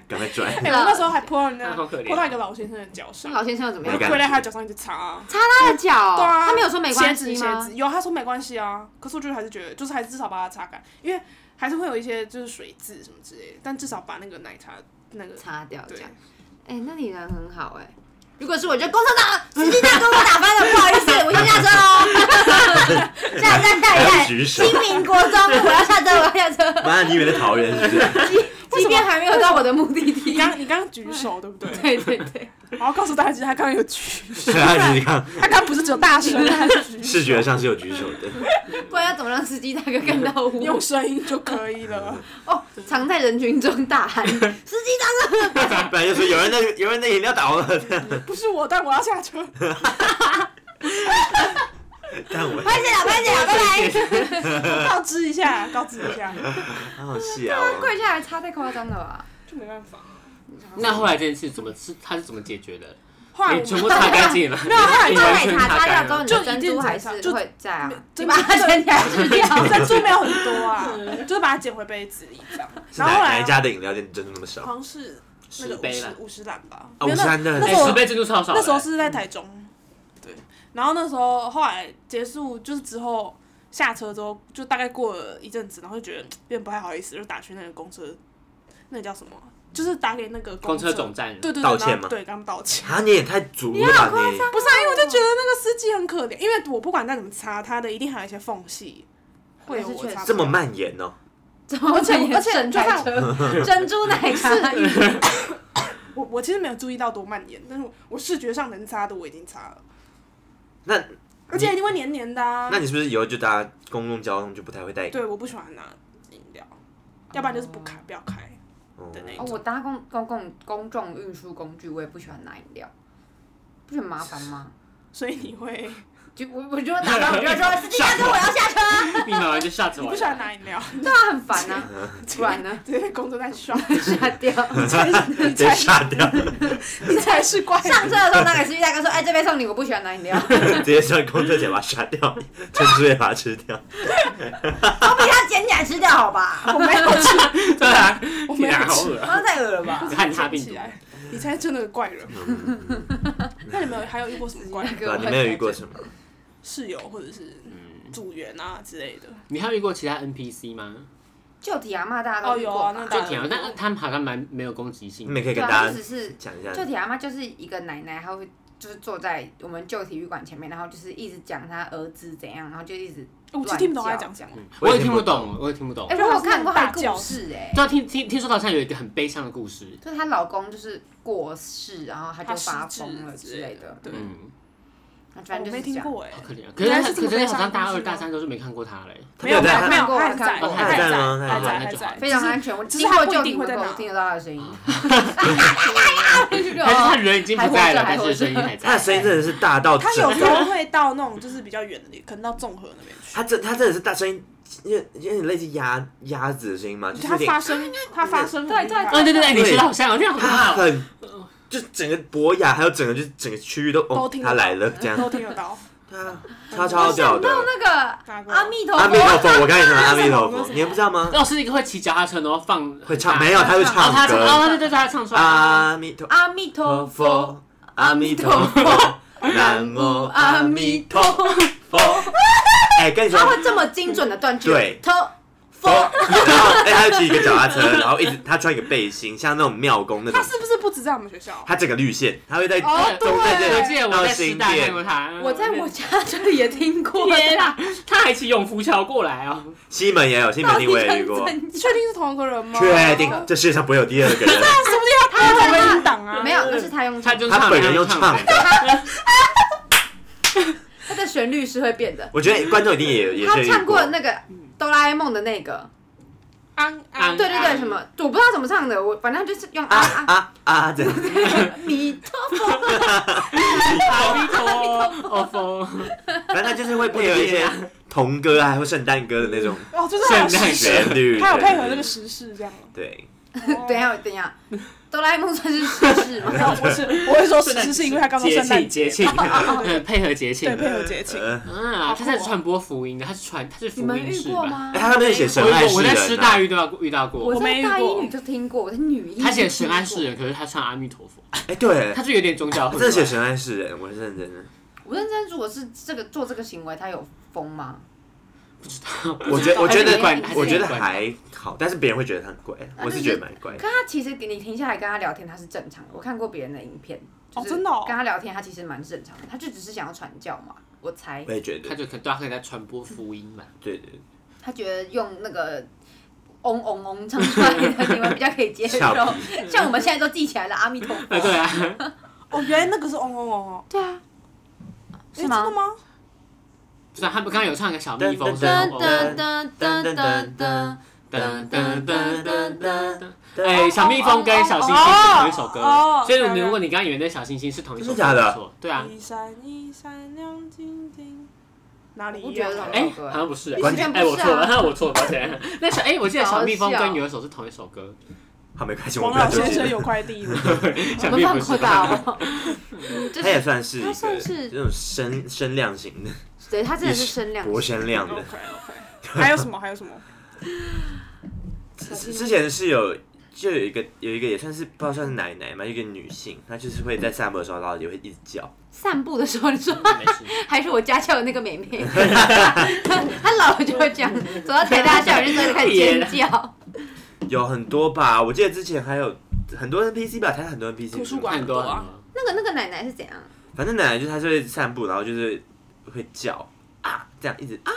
Speaker 2: 赶快转。
Speaker 3: 哎、我那时候还泼到人家，
Speaker 4: 那啊好可怜
Speaker 3: 泼到一个老先生的脚
Speaker 1: 那
Speaker 3: 上，
Speaker 1: 老先生又怎么
Speaker 3: 然
Speaker 1: 样
Speaker 2: 没？感
Speaker 3: 后跪在
Speaker 2: 觉
Speaker 3: 他的脚上一直擦啊。
Speaker 1: 擦他的脚，
Speaker 3: 对啊，
Speaker 1: 哦他没有说没关系
Speaker 3: 鞋子鞋
Speaker 1: 吗
Speaker 3: 子？有，他说没关系啊。可是我就是还是觉得，就是还是至少把它擦干，因为还是会有一些就是水渍什么之类的，但至少把那个奶茶那个
Speaker 1: 擦掉这
Speaker 3: 对
Speaker 1: 样。哎，那你人很好哎。如果是我，就公车长司机大哥，我打翻了，不好意思，我先下车哦。 下一站下一
Speaker 2: 还
Speaker 1: 站，
Speaker 2: 要举手
Speaker 1: 新，民国中，我要下车，我要下车。
Speaker 2: 妈，你以为在桃园是不是？
Speaker 1: 即便还没有到我的目的
Speaker 3: 你
Speaker 1: 地。
Speaker 3: 刚你刚刚举 手对不
Speaker 1: 对
Speaker 3: 对？
Speaker 1: 对对，
Speaker 3: 然后告诉大家，其实他刚刚有举手，
Speaker 2: 对啊，你看
Speaker 3: 他刚刚不是只有大声，他还是举手
Speaker 2: 视觉上是有举手的，
Speaker 1: 不然要怎么让司机大哥看到我？
Speaker 3: 用声音就可以了。
Speaker 1: 哦，藏在人群中大 喊，司机
Speaker 2: 不然就说有人的有人的饮料倒了，
Speaker 3: 不是我，但我要下车。
Speaker 2: 但我
Speaker 3: 哎
Speaker 1: 拍谁了？拍谁了？拜拜！
Speaker 3: 告知一下，告知一下，
Speaker 2: 好好笑
Speaker 3: 啊
Speaker 2: 哦。
Speaker 1: 跪下来擦太夸张了吧？
Speaker 3: 就没办法。
Speaker 4: 那后来这件事怎么是他是怎么解决的？
Speaker 3: 后来我
Speaker 2: 哎
Speaker 4: 你全
Speaker 3: 们
Speaker 4: 部 擦干净了，没
Speaker 3: 有后来
Speaker 1: 他
Speaker 4: 你
Speaker 1: 奶
Speaker 4: 完全
Speaker 1: 茶
Speaker 4: 擦
Speaker 1: 哎擦掉
Speaker 4: 干
Speaker 1: 之
Speaker 4: 了
Speaker 1: 后，。你
Speaker 3: 就
Speaker 1: 的珍珠还是会在啊，你把它
Speaker 3: 就
Speaker 1: 捡起来吃 掉。
Speaker 3: 珍珠没有很多啊，就是把它捡回杯子里这样。
Speaker 2: 是
Speaker 3: 然
Speaker 2: 哪
Speaker 3: 后后
Speaker 2: 哪
Speaker 3: 来啊
Speaker 2: 一家的饮料店真的那么少？
Speaker 3: 好像是那
Speaker 4: 十
Speaker 3: 个五
Speaker 4: 杯
Speaker 3: 十
Speaker 4: 了，
Speaker 3: 五十兰吧，
Speaker 2: 啊，
Speaker 3: 没
Speaker 2: 五
Speaker 3: 有那
Speaker 2: 三的
Speaker 3: 那
Speaker 4: 哎，
Speaker 3: 时候
Speaker 4: 十杯珍珠超少的。
Speaker 3: 那时候是在台中，对。然后那时候后来结束就是之后下车之后，就大概过了一阵子，然后就觉得嗯有点不太好意思，就打去那个公车，那个叫什么啊？就是打给那个
Speaker 4: 公
Speaker 3: 车
Speaker 4: 车总，站，
Speaker 3: 对对对，
Speaker 2: 道歉
Speaker 3: 然后
Speaker 2: 吗
Speaker 3: 对，跟他们道歉。
Speaker 2: 啊，你也太足了吧你！
Speaker 3: 不是啊，因为我就觉得那个司机很可怜，因为我不管再怎么擦，他的一定还有一些缝隙，会有
Speaker 1: 那是
Speaker 3: 我
Speaker 1: 确
Speaker 3: 擦不
Speaker 2: 这么
Speaker 3: 到
Speaker 2: 蔓延哦，
Speaker 1: 怎么
Speaker 3: 而且而且
Speaker 1: 整
Speaker 3: 就
Speaker 1: 台
Speaker 3: 看
Speaker 1: 车珍珠奶茶，
Speaker 3: 我我其实没有注意到多蔓延，但是我我视觉上能擦的我已经擦了，
Speaker 2: 那
Speaker 3: 而且一定会黏黏的、啊。
Speaker 2: 那你是不是以后就搭公共交通就不太会带饮料？
Speaker 3: 对，我不喜欢拿饮料，要不然就是不开，不要开。
Speaker 2: 哦
Speaker 3: 对那
Speaker 1: 哦，我搭公公共公众运输工具，我也不喜欢拿饮料，不觉得很麻烦吗？
Speaker 3: 所以你会，
Speaker 1: 就我我就会打招呼，我就会说司机大哥，我要下车，
Speaker 4: 立马完就吓死
Speaker 3: 你
Speaker 4: 我
Speaker 3: 不喜
Speaker 4: 了。
Speaker 3: 欢拿饮料，
Speaker 1: 对啊，很烦 啊，不然呢？
Speaker 3: 直接工作在 刷，
Speaker 1: 下掉。
Speaker 2: 直接杀掉，
Speaker 3: 你才是怪人。
Speaker 1: 上车的时候，那个司机大哥说：“哎，这杯送你，我不喜欢拿饮 料。”
Speaker 2: 直接上公车姐把它杀掉， 珍珠也把它吃掉。
Speaker 1: 我把它捡起来吃掉，好吧？
Speaker 3: 我没有吃，
Speaker 4: 对啊，
Speaker 3: 我没
Speaker 4: 天
Speaker 3: 有
Speaker 4: 啊，好
Speaker 3: 吃，
Speaker 4: 恶啊！
Speaker 1: 那太恶了 吧？
Speaker 4: 看他病
Speaker 3: 捡起
Speaker 4: 毒，嗯
Speaker 3: 来，你才是真的怪人。那你们有还有遇过什么怪人？
Speaker 2: 对吧？你没有遇过什么？
Speaker 3: 室友或者是
Speaker 4: 嗯
Speaker 3: 组员啊之类的？
Speaker 4: 你还有遇过其他 NPC 吗？
Speaker 1: 就体阿妈大家都遇
Speaker 3: 哦有
Speaker 1: 过
Speaker 3: 啊
Speaker 1: 吧
Speaker 3: 那？
Speaker 4: 就挺好，但他们好像蛮没有攻击性
Speaker 2: 你
Speaker 4: 的。
Speaker 2: 们可以
Speaker 1: 对
Speaker 2: 跟
Speaker 1: 啊，
Speaker 2: 大
Speaker 1: 就
Speaker 2: 家
Speaker 1: 只是
Speaker 2: 讲一下，
Speaker 1: 就体阿妈就是一个奶奶，她会就是坐在我们旧体育馆前面，然后就是一直讲他儿子怎样，然后就一直
Speaker 3: 我其实
Speaker 1: 乱
Speaker 3: 听不懂他在
Speaker 1: 叫
Speaker 3: 讲什么。
Speaker 2: 嗯
Speaker 4: 我也听不。懂，我也听不懂
Speaker 1: 哎、。
Speaker 3: 对
Speaker 1: 我有
Speaker 3: 哦他是
Speaker 1: 看过他的
Speaker 3: 大叫
Speaker 1: 故事哎、
Speaker 4: 就听听听说他好像有一个很悲伤的故事，
Speaker 1: 就是她老公就是过世，然后她就
Speaker 3: 他失
Speaker 1: 发
Speaker 3: 智
Speaker 1: 疯了
Speaker 3: 之
Speaker 1: 之类的，
Speaker 3: 对，
Speaker 4: 嗯，
Speaker 1: 那
Speaker 3: 我
Speaker 1: 反正就是
Speaker 3: 没听
Speaker 1: 这样。
Speaker 3: 过哎
Speaker 4: 好，可怜啊。可是
Speaker 3: 原来
Speaker 4: 他
Speaker 3: 是这
Speaker 4: 可
Speaker 3: 么
Speaker 4: 是
Speaker 3: 悲
Speaker 4: 好
Speaker 3: 伤的
Speaker 4: 像大
Speaker 3: 故事
Speaker 4: 二
Speaker 3: 吗
Speaker 4: 大三都是没看过他嘞。
Speaker 2: 他
Speaker 3: 有
Speaker 2: 没有
Speaker 3: 他
Speaker 2: 在
Speaker 3: 没有，
Speaker 1: 他
Speaker 3: 他还在，
Speaker 1: 哦
Speaker 3: 他
Speaker 1: 他
Speaker 3: 还
Speaker 1: 还
Speaker 2: 在吗
Speaker 3: 还
Speaker 2: 他
Speaker 3: 在，
Speaker 4: 还在
Speaker 3: 还
Speaker 4: 那就好
Speaker 3: 在，
Speaker 1: 非常安全，我
Speaker 3: 只是
Speaker 1: 经
Speaker 3: 他
Speaker 1: 过
Speaker 3: 不一
Speaker 1: 就
Speaker 3: 定
Speaker 1: 你
Speaker 3: 会
Speaker 1: 门
Speaker 3: 在
Speaker 1: 口
Speaker 3: 那
Speaker 1: 听得到他的声音，
Speaker 4: 但是他人已经不在了，
Speaker 1: 还
Speaker 4: 但
Speaker 1: 活着
Speaker 4: 是声音还在。
Speaker 2: 他的声音真的是大到
Speaker 3: 他
Speaker 2: 整
Speaker 3: 有时
Speaker 2: 个，
Speaker 3: 候会到那种就是比较远的地，可能到综合那边去。
Speaker 2: 他真他真的是大声音，有有点类似鸭鸭子的声音嘛，就是有
Speaker 3: 他
Speaker 2: 点
Speaker 3: 发声，他发声很
Speaker 1: 对
Speaker 3: 厉害
Speaker 1: 对
Speaker 4: 嗯，对对对，你学的好像，我听得好
Speaker 2: 他
Speaker 4: 好。
Speaker 2: 很就整个博雅还有整个就是整个区域都
Speaker 3: 都
Speaker 2: 哦
Speaker 3: 听得
Speaker 2: 他
Speaker 3: 到
Speaker 2: 来了这样，
Speaker 3: 都听 得到。
Speaker 2: 他他超屌的。
Speaker 1: 那个
Speaker 3: 哪个
Speaker 1: 阿弥陀
Speaker 2: 阿弥陀
Speaker 1: 佛，
Speaker 2: 佛，我刚才讲了阿弥陀
Speaker 3: 那
Speaker 2: 佛
Speaker 3: 是什么那是什，么
Speaker 2: 你们不知道吗？
Speaker 4: 老哦师一个会骑脚踏车，然后放
Speaker 2: 会唱没有？他会
Speaker 4: 然后他
Speaker 2: 唱
Speaker 4: 唱哦，
Speaker 2: 歌。啊
Speaker 4: 对对对，他唱出来。
Speaker 2: 阿弥陀
Speaker 1: 阿弥陀佛，，
Speaker 2: 阿弥陀佛，南无阿弥陀佛。哎，跟你说
Speaker 1: 他，会这么精准的断句，
Speaker 2: 对
Speaker 1: 陀
Speaker 2: 佛，然后哎，他就骑一个脚踏车，然后一直他穿一个背心，像那种庙公那种
Speaker 3: 他，是不是不止在我们学校？啊
Speaker 2: 他整个绿线，他会在
Speaker 3: 哦
Speaker 4: 对
Speaker 3: 对
Speaker 4: 对对，我记得我
Speaker 2: 到
Speaker 4: 在师
Speaker 2: 新
Speaker 4: 大
Speaker 2: 店
Speaker 4: 看过他。
Speaker 1: 我在我家这里也听过，
Speaker 4: 天啊，他还骑永福桥过来哦。
Speaker 2: 西门也有，西门町我也遇过。
Speaker 3: 你确定是同一个人吗？
Speaker 2: 确定这世界上不会有第二个人，
Speaker 3: 那说不定他他
Speaker 1: 他
Speaker 3: 在被音档啊。
Speaker 1: 没有，那是他用
Speaker 4: 他就
Speaker 2: 他本人又
Speaker 4: 唱
Speaker 2: 唱
Speaker 4: 的，
Speaker 2: 的。
Speaker 1: 他的旋律是会变的。
Speaker 2: 我觉得观众一定也也
Speaker 1: 他
Speaker 2: 是
Speaker 1: 唱
Speaker 2: 遇过
Speaker 1: 过。那个哆啦 A 梦的那个，
Speaker 3: 安
Speaker 4: 安
Speaker 3: 安
Speaker 1: 对对对，
Speaker 4: 嗯
Speaker 1: 什么我不知道怎么唱的，我反正就是用
Speaker 2: 啊
Speaker 1: 啊啊
Speaker 2: 啊啊！这样
Speaker 1: 弥陀
Speaker 4: 阿弥陀佛，
Speaker 2: 反正他就是会配合一些童歌啊，或圣诞歌的那种
Speaker 3: 哦，就是他有时
Speaker 4: 圣诞节
Speaker 3: 事，
Speaker 2: 旋律。
Speaker 3: 他有配合那个时事这样。
Speaker 2: 对，
Speaker 1: 等一下，等一下，哆啦 A 梦算是世事 吗？
Speaker 3: 没有，不是，我会说时事是因为他刚说
Speaker 4: 节
Speaker 3: 圣诞
Speaker 4: 庆
Speaker 3: 节
Speaker 4: 节庆，
Speaker 3: 对对
Speaker 4: 嗯配合节庆
Speaker 3: 对，配合节庆。
Speaker 2: 呃，
Speaker 4: 啊，他在传播福音的，他是传他是 福
Speaker 1: 你们
Speaker 4: 音
Speaker 1: 遇
Speaker 4: 士
Speaker 1: 过
Speaker 4: 吧？
Speaker 1: 吗
Speaker 2: 哎？他那边写神爱
Speaker 4: 我
Speaker 2: 世
Speaker 4: 我在师
Speaker 2: 人
Speaker 4: 大
Speaker 2: 啊，
Speaker 4: 遇到遇到过，
Speaker 1: 我在
Speaker 3: 没遇
Speaker 1: 大一
Speaker 3: 过
Speaker 1: 女就听过，我在女一
Speaker 4: 他写
Speaker 1: 就
Speaker 4: 神
Speaker 1: 听
Speaker 4: 爱世
Speaker 1: 过
Speaker 4: 人，可是他唱阿弥陀佛，
Speaker 2: 哎，对，
Speaker 4: 他就有点宗教
Speaker 2: 他啊
Speaker 4: 混
Speaker 2: 真的
Speaker 4: 乱。
Speaker 2: 写神爱世人，我是认真的。
Speaker 1: 我认真，如果是这个做这个行为，他有疯吗？
Speaker 2: 我觉得我觉
Speaker 4: 还是
Speaker 2: 得
Speaker 4: 你管还是你
Speaker 2: 我觉得
Speaker 4: 管
Speaker 2: 还好，但是别人会觉得他很怪，我是觉得蛮怪
Speaker 1: 可。他其实给你停下来跟他聊天，他是正常的。我看过别人的影片，
Speaker 3: 哦
Speaker 1: 就是
Speaker 3: 真的哦
Speaker 1: 跟他聊天，他其实蛮正常的，他就只是想要传教嘛，我猜
Speaker 2: 我。也觉得
Speaker 4: 他，就可对他可以在传播福音嘛。
Speaker 2: 对对，
Speaker 1: 他觉得用那个 嗡嗡嗡唱出来的行为比较可以接受，
Speaker 2: 俏皮
Speaker 1: 像我们现在都记起来了阿弥陀佛。
Speaker 2: 呃
Speaker 4: 啊， 对啊，
Speaker 3: 哦，原来那个是嗡嗡嗡哦，
Speaker 1: 对啊，
Speaker 3: 诶
Speaker 1: 是
Speaker 3: 真的
Speaker 1: 吗？
Speaker 3: 吗？
Speaker 4: 不是啊他们刚刚有唱一个小蜜蜂，
Speaker 2: 噔
Speaker 1: 噔噔噔噔
Speaker 2: 噔
Speaker 1: 噔噔，
Speaker 4: 噔噔噔噔噔。
Speaker 1: 哦
Speaker 2: 对
Speaker 4: 哎，小蜜蜂跟小星星是同一首歌
Speaker 3: 哦，
Speaker 4: 所以你如果你刚刚以为那小星星是同一首歌，
Speaker 2: 真的假的
Speaker 4: 没错对啊，
Speaker 3: 一闪一闪亮晶晶，哪里
Speaker 1: 我不
Speaker 3: 一
Speaker 1: 觉
Speaker 3: 样啊
Speaker 1: 得？什么
Speaker 4: 哎，好像不是，哎
Speaker 1: 完嗯全不
Speaker 4: 哎，
Speaker 1: 是
Speaker 4: 我错
Speaker 1: 啊
Speaker 4: 了，我错了，抱歉。那小哎，我记得小蜜蜂
Speaker 1: 好笑
Speaker 4: 跟有一首是同一首歌，
Speaker 2: 好没关系，我
Speaker 3: 王
Speaker 2: 们
Speaker 3: 老
Speaker 2: 不要
Speaker 3: 先
Speaker 2: 纠
Speaker 3: 生
Speaker 2: 结
Speaker 3: 有快 递吗？
Speaker 1: 我
Speaker 4: 小
Speaker 1: 们
Speaker 4: 蜜
Speaker 1: 放
Speaker 4: 不
Speaker 1: 过
Speaker 4: 是。
Speaker 1: 他哦， 就
Speaker 2: 他也
Speaker 1: 是
Speaker 2: 算是一
Speaker 1: 他
Speaker 2: 个
Speaker 1: 算是
Speaker 2: 这种声声量型的，
Speaker 1: 对他真的是声量
Speaker 2: 博声量
Speaker 3: OK
Speaker 2: 的。
Speaker 3: OK，还有什么？还有什么？
Speaker 2: 之之前是有就有一个有一个也算是不知道算是奶奶嘛，一个女性，她就是会在散步的时候，然后也会一直叫，
Speaker 1: 散步的时候，你说
Speaker 4: 没事
Speaker 1: 还是我家教的那个妹 妹，她老了就会这样，走到台大校园就开始尖叫。
Speaker 2: 有很多吧。我记得之前还有很多 NPC 吧，台湾很多 NPC
Speaker 3: 图书馆
Speaker 4: 很多啊，
Speaker 1: 那个那个奶奶是怎样？
Speaker 2: 反正奶奶就是她就会散步，然后就是会叫啊，这样一直啊，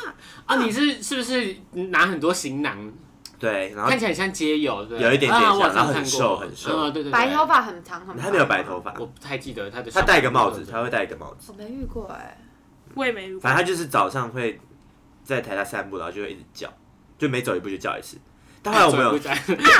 Speaker 4: 啊，你是是不是拿很多行囊？
Speaker 2: 对，然后
Speaker 4: 看起来很像街友，对不对
Speaker 2: 有一点点
Speaker 4: 啊
Speaker 2: 像
Speaker 4: 我好像
Speaker 2: 然后很
Speaker 4: 看过
Speaker 2: 瘦很瘦
Speaker 4: 啊对对对，
Speaker 1: 白头发很长很。
Speaker 2: 她没有白头发
Speaker 4: 我，不太记得他的。
Speaker 2: 她戴一个帽子，她会戴一个帽子，
Speaker 1: 我没遇过哎、
Speaker 3: 我也没遇过
Speaker 2: 反正她就是早上会在台下散步，然后就会一直叫，就每走一步就叫一次。但后来我们有
Speaker 4: 转不转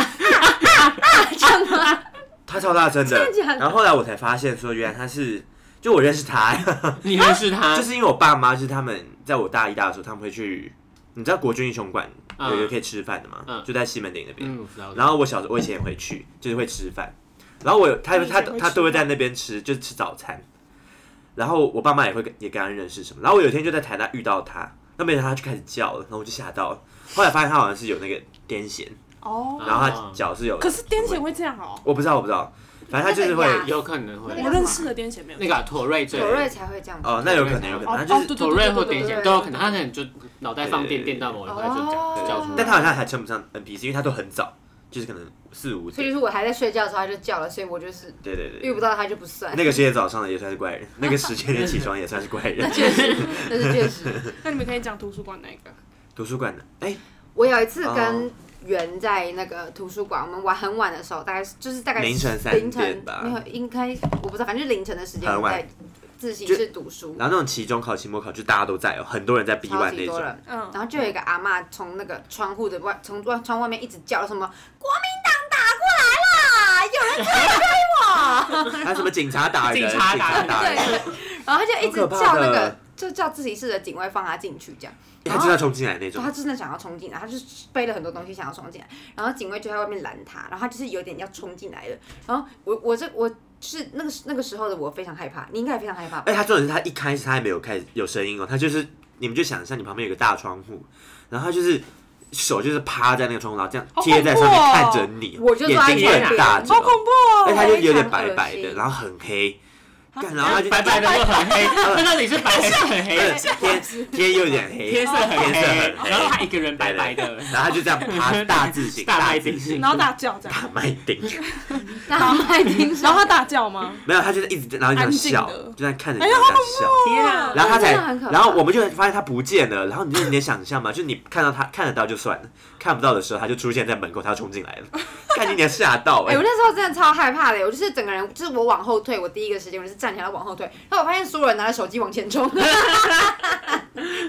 Speaker 2: 她超大声的
Speaker 1: 真的假的，
Speaker 2: 然后后来我才发现说，原来她是就我认识她。
Speaker 4: 你认识他？
Speaker 2: 就是因为我爸妈，就是他们在我大一、大的时候，他们会去，你知道国军英雄馆
Speaker 4: 嗯
Speaker 2: 有一个可以吃饭的吗？
Speaker 4: 嗯
Speaker 2: 就在西门町那边。
Speaker 4: 嗯，我知道。
Speaker 2: 然后我小时候，我以前也会去，就是会吃饭。然后我有他
Speaker 3: 你以前
Speaker 2: 他
Speaker 3: 会吃
Speaker 2: 他都会在那边吃，就是吃早餐。然后我爸妈也会跟也跟他认识什么。然后我有一天就在台大遇到他，那没想到他就开始叫了，然后我就吓到了。后来发现他好像是有那个癫痫，
Speaker 3: 哦。
Speaker 2: 然后他脚是有，
Speaker 3: 可是癫痫会这样哦，
Speaker 2: 我不知道我不知道，反正他就是会
Speaker 1: 那个牙
Speaker 4: 有可能会
Speaker 1: 那个
Speaker 3: 我认识的癫痫没有
Speaker 4: 那个啊妥瑞最
Speaker 1: 九瑞才会这样。
Speaker 2: 哦，那有可能有可
Speaker 3: 哦
Speaker 2: 能，他
Speaker 3: 哦
Speaker 2: 就是
Speaker 3: 对对
Speaker 4: 妥瑞或
Speaker 3: 对
Speaker 4: 癫
Speaker 3: 对对
Speaker 4: 痫都有可能，他可能就脑袋放电电到某一块就这样
Speaker 1: 哦
Speaker 4: 叫出来。
Speaker 2: 但他好像还称不上 NPC，因为他都很早，就是可能四五
Speaker 1: 所以
Speaker 2: 点
Speaker 1: 就，是我还在睡觉的时候他就叫了，所以我就是
Speaker 2: 对对
Speaker 1: 遇
Speaker 2: 对，
Speaker 1: 不到他就不算。
Speaker 2: 那个时间早上的也算是怪人，那个时间点起床也算是怪人。
Speaker 1: 确实，那是确 实。
Speaker 3: 那你们可以讲图书馆那一个，
Speaker 2: 图书馆的，哎，
Speaker 1: 我有一次
Speaker 2: 哦
Speaker 1: 跟袁在那个图书馆，我们玩很晚的时候，大概是就是大概
Speaker 2: 凌晨三
Speaker 1: 凌
Speaker 2: 点
Speaker 1: 晨
Speaker 2: 吧
Speaker 1: 没有，应该我不知道，反正就是凌晨的时间
Speaker 2: 很
Speaker 1: 我
Speaker 2: 晚
Speaker 1: 在自习室读书，
Speaker 2: 然后那种期中考、期末考，就大家都在哦，很多人在 B
Speaker 1: 超
Speaker 2: one 那
Speaker 1: 级多
Speaker 2: 种，
Speaker 1: 人。
Speaker 3: 嗯，
Speaker 1: 然后就有一个阿嬷从那个窗户的外，从外窗外面一直叫什么“国民党打过来啦，有人在追我
Speaker 2: 还有什么警察打人、警
Speaker 4: 警察打人
Speaker 2: 打人，
Speaker 1: 对”， 然后他就一直
Speaker 2: 哎好可怕
Speaker 1: 叫那个
Speaker 2: 的，
Speaker 1: 就叫自习室的警卫放他进去，这样。
Speaker 2: 他真的冲进来那
Speaker 1: 就
Speaker 2: 种
Speaker 1: 他，真的想要冲进来，他就是背了很多东西想要冲进来，然后警卫就在外面拦他，然后他就是有点要冲进来了，然后我我这我是那个时那个时候的我非常害怕，你应该也非常害怕吧。
Speaker 2: 哎，他重点是他一开始他还没有开始有声音哦，他就是你们就想象你旁边有个大窗户，然后他就是手就是趴在那个窗户，然后这样贴在上面
Speaker 3: 好恐怖
Speaker 2: 看
Speaker 3: 哦
Speaker 2: 着你，
Speaker 1: 我就坐在
Speaker 2: 眼睛
Speaker 4: 那
Speaker 2: 瞪
Speaker 4: 边
Speaker 2: 大着
Speaker 3: 好恐
Speaker 2: 哦，
Speaker 3: 怖哦！
Speaker 2: 哎，他就有点白
Speaker 1: 非常
Speaker 2: 白
Speaker 1: 恶
Speaker 2: 的，
Speaker 1: 心
Speaker 2: 然后很黑，干然后他就
Speaker 4: 啊白白的又很黑，那到底是白还是很黑？
Speaker 2: 天天又有点
Speaker 4: 天
Speaker 2: 黑，
Speaker 4: 色很
Speaker 2: 天色
Speaker 4: 黑
Speaker 2: 很，黑
Speaker 4: 然后他一个人白白的，
Speaker 2: 然后他就这样趴大字型，
Speaker 4: 大
Speaker 2: 大
Speaker 4: 白
Speaker 2: 字
Speaker 4: 金
Speaker 2: 型，
Speaker 3: 然后大叫这
Speaker 2: 大
Speaker 3: 样，
Speaker 2: 麦顶。
Speaker 1: 大麦町，
Speaker 3: 然后他大叫吗？
Speaker 2: 没有，他就是一直然后这样笑
Speaker 3: 安静的，
Speaker 2: 就在看着你这样
Speaker 1: 哎
Speaker 2: 笑，
Speaker 4: 天啊！
Speaker 2: 然后他
Speaker 1: 真的很可
Speaker 2: 才，
Speaker 1: 怕
Speaker 2: 然后我们就发现他不见了，然后你就你能想象吗？就是你看到他看得到就算了，看不到的时候他就出现在门口，他冲进来 了，看你你吓到
Speaker 1: 哎、
Speaker 2: 哎、
Speaker 1: 我那时候真的超害怕的，我就是整个人，就是我往后退，我第一个时间我就是站起来往后退，然后我发现所有人拿着手机往前 冲，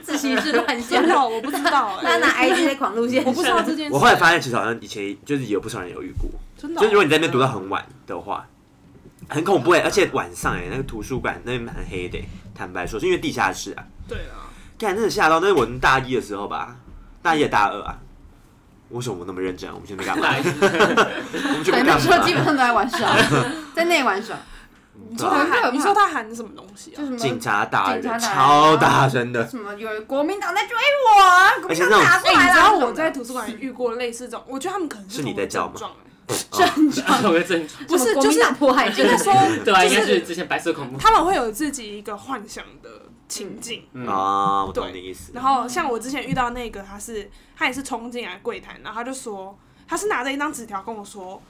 Speaker 1: 自习室乱叫
Speaker 3: 真，的哦，我不知道
Speaker 1: 他
Speaker 3: 哎，
Speaker 1: 拿 IG 在狂路线，
Speaker 3: 我不知道这件事。
Speaker 2: 我后来发现其实好像以前就是有不少人有遇过，
Speaker 3: 真的哦，
Speaker 2: 就是如果你在那边读到很晚的话，很恐怖哎、而且晚上哎、那个图书馆那边蛮黑的、哎坦白说是因为地下室啊，
Speaker 3: 对啊，
Speaker 2: 干真的吓到，那是我大一的时候吧，大一也大二啊，为什么我那么认真啊？我们现在干嘛？ 我们去
Speaker 1: 对，
Speaker 2: 干
Speaker 1: 那时候
Speaker 2: 嘛
Speaker 1: 基？本上都在 玩耍，在内玩耍，
Speaker 3: 你
Speaker 2: 对
Speaker 3: 说
Speaker 2: 啊
Speaker 1: 很可怕
Speaker 3: 他，你说他喊什么东西
Speaker 1: 就
Speaker 3: 啊？
Speaker 1: 什么
Speaker 2: 警察打
Speaker 1: 警
Speaker 2: 人，
Speaker 1: 察打人
Speaker 2: 超大声的，
Speaker 1: 什么有人国民党在追我，国
Speaker 2: 而
Speaker 1: 民党
Speaker 2: 且那种
Speaker 1: 打过
Speaker 3: 哎，
Speaker 1: 来
Speaker 3: 你
Speaker 1: 了。
Speaker 3: 知道
Speaker 1: 什么
Speaker 3: 我
Speaker 1: 的
Speaker 3: 在图书馆也遇过类似这种，我觉得他们可能
Speaker 2: 是你
Speaker 3: 同一个
Speaker 2: 在叫吗
Speaker 3: 症状哎
Speaker 1: 症状，
Speaker 4: 我个正
Speaker 3: 不
Speaker 1: 什
Speaker 3: 是
Speaker 1: 么国
Speaker 3: 就
Speaker 1: 民
Speaker 3: 是
Speaker 1: 党迫害
Speaker 3: 就
Speaker 1: 症
Speaker 3: 是，说，
Speaker 4: 对啊，
Speaker 3: 就
Speaker 4: 应该是
Speaker 3: 是
Speaker 4: 之前白色恐怖。
Speaker 3: 他们会有自己一个幻想的情境。
Speaker 4: 嗯
Speaker 2: 啊，我懂
Speaker 3: 对
Speaker 2: 你的意思。
Speaker 3: 然后像我之前遇到那个，他是他也是冲进来柜台，然后他就说他是拿着一张纸条跟我说，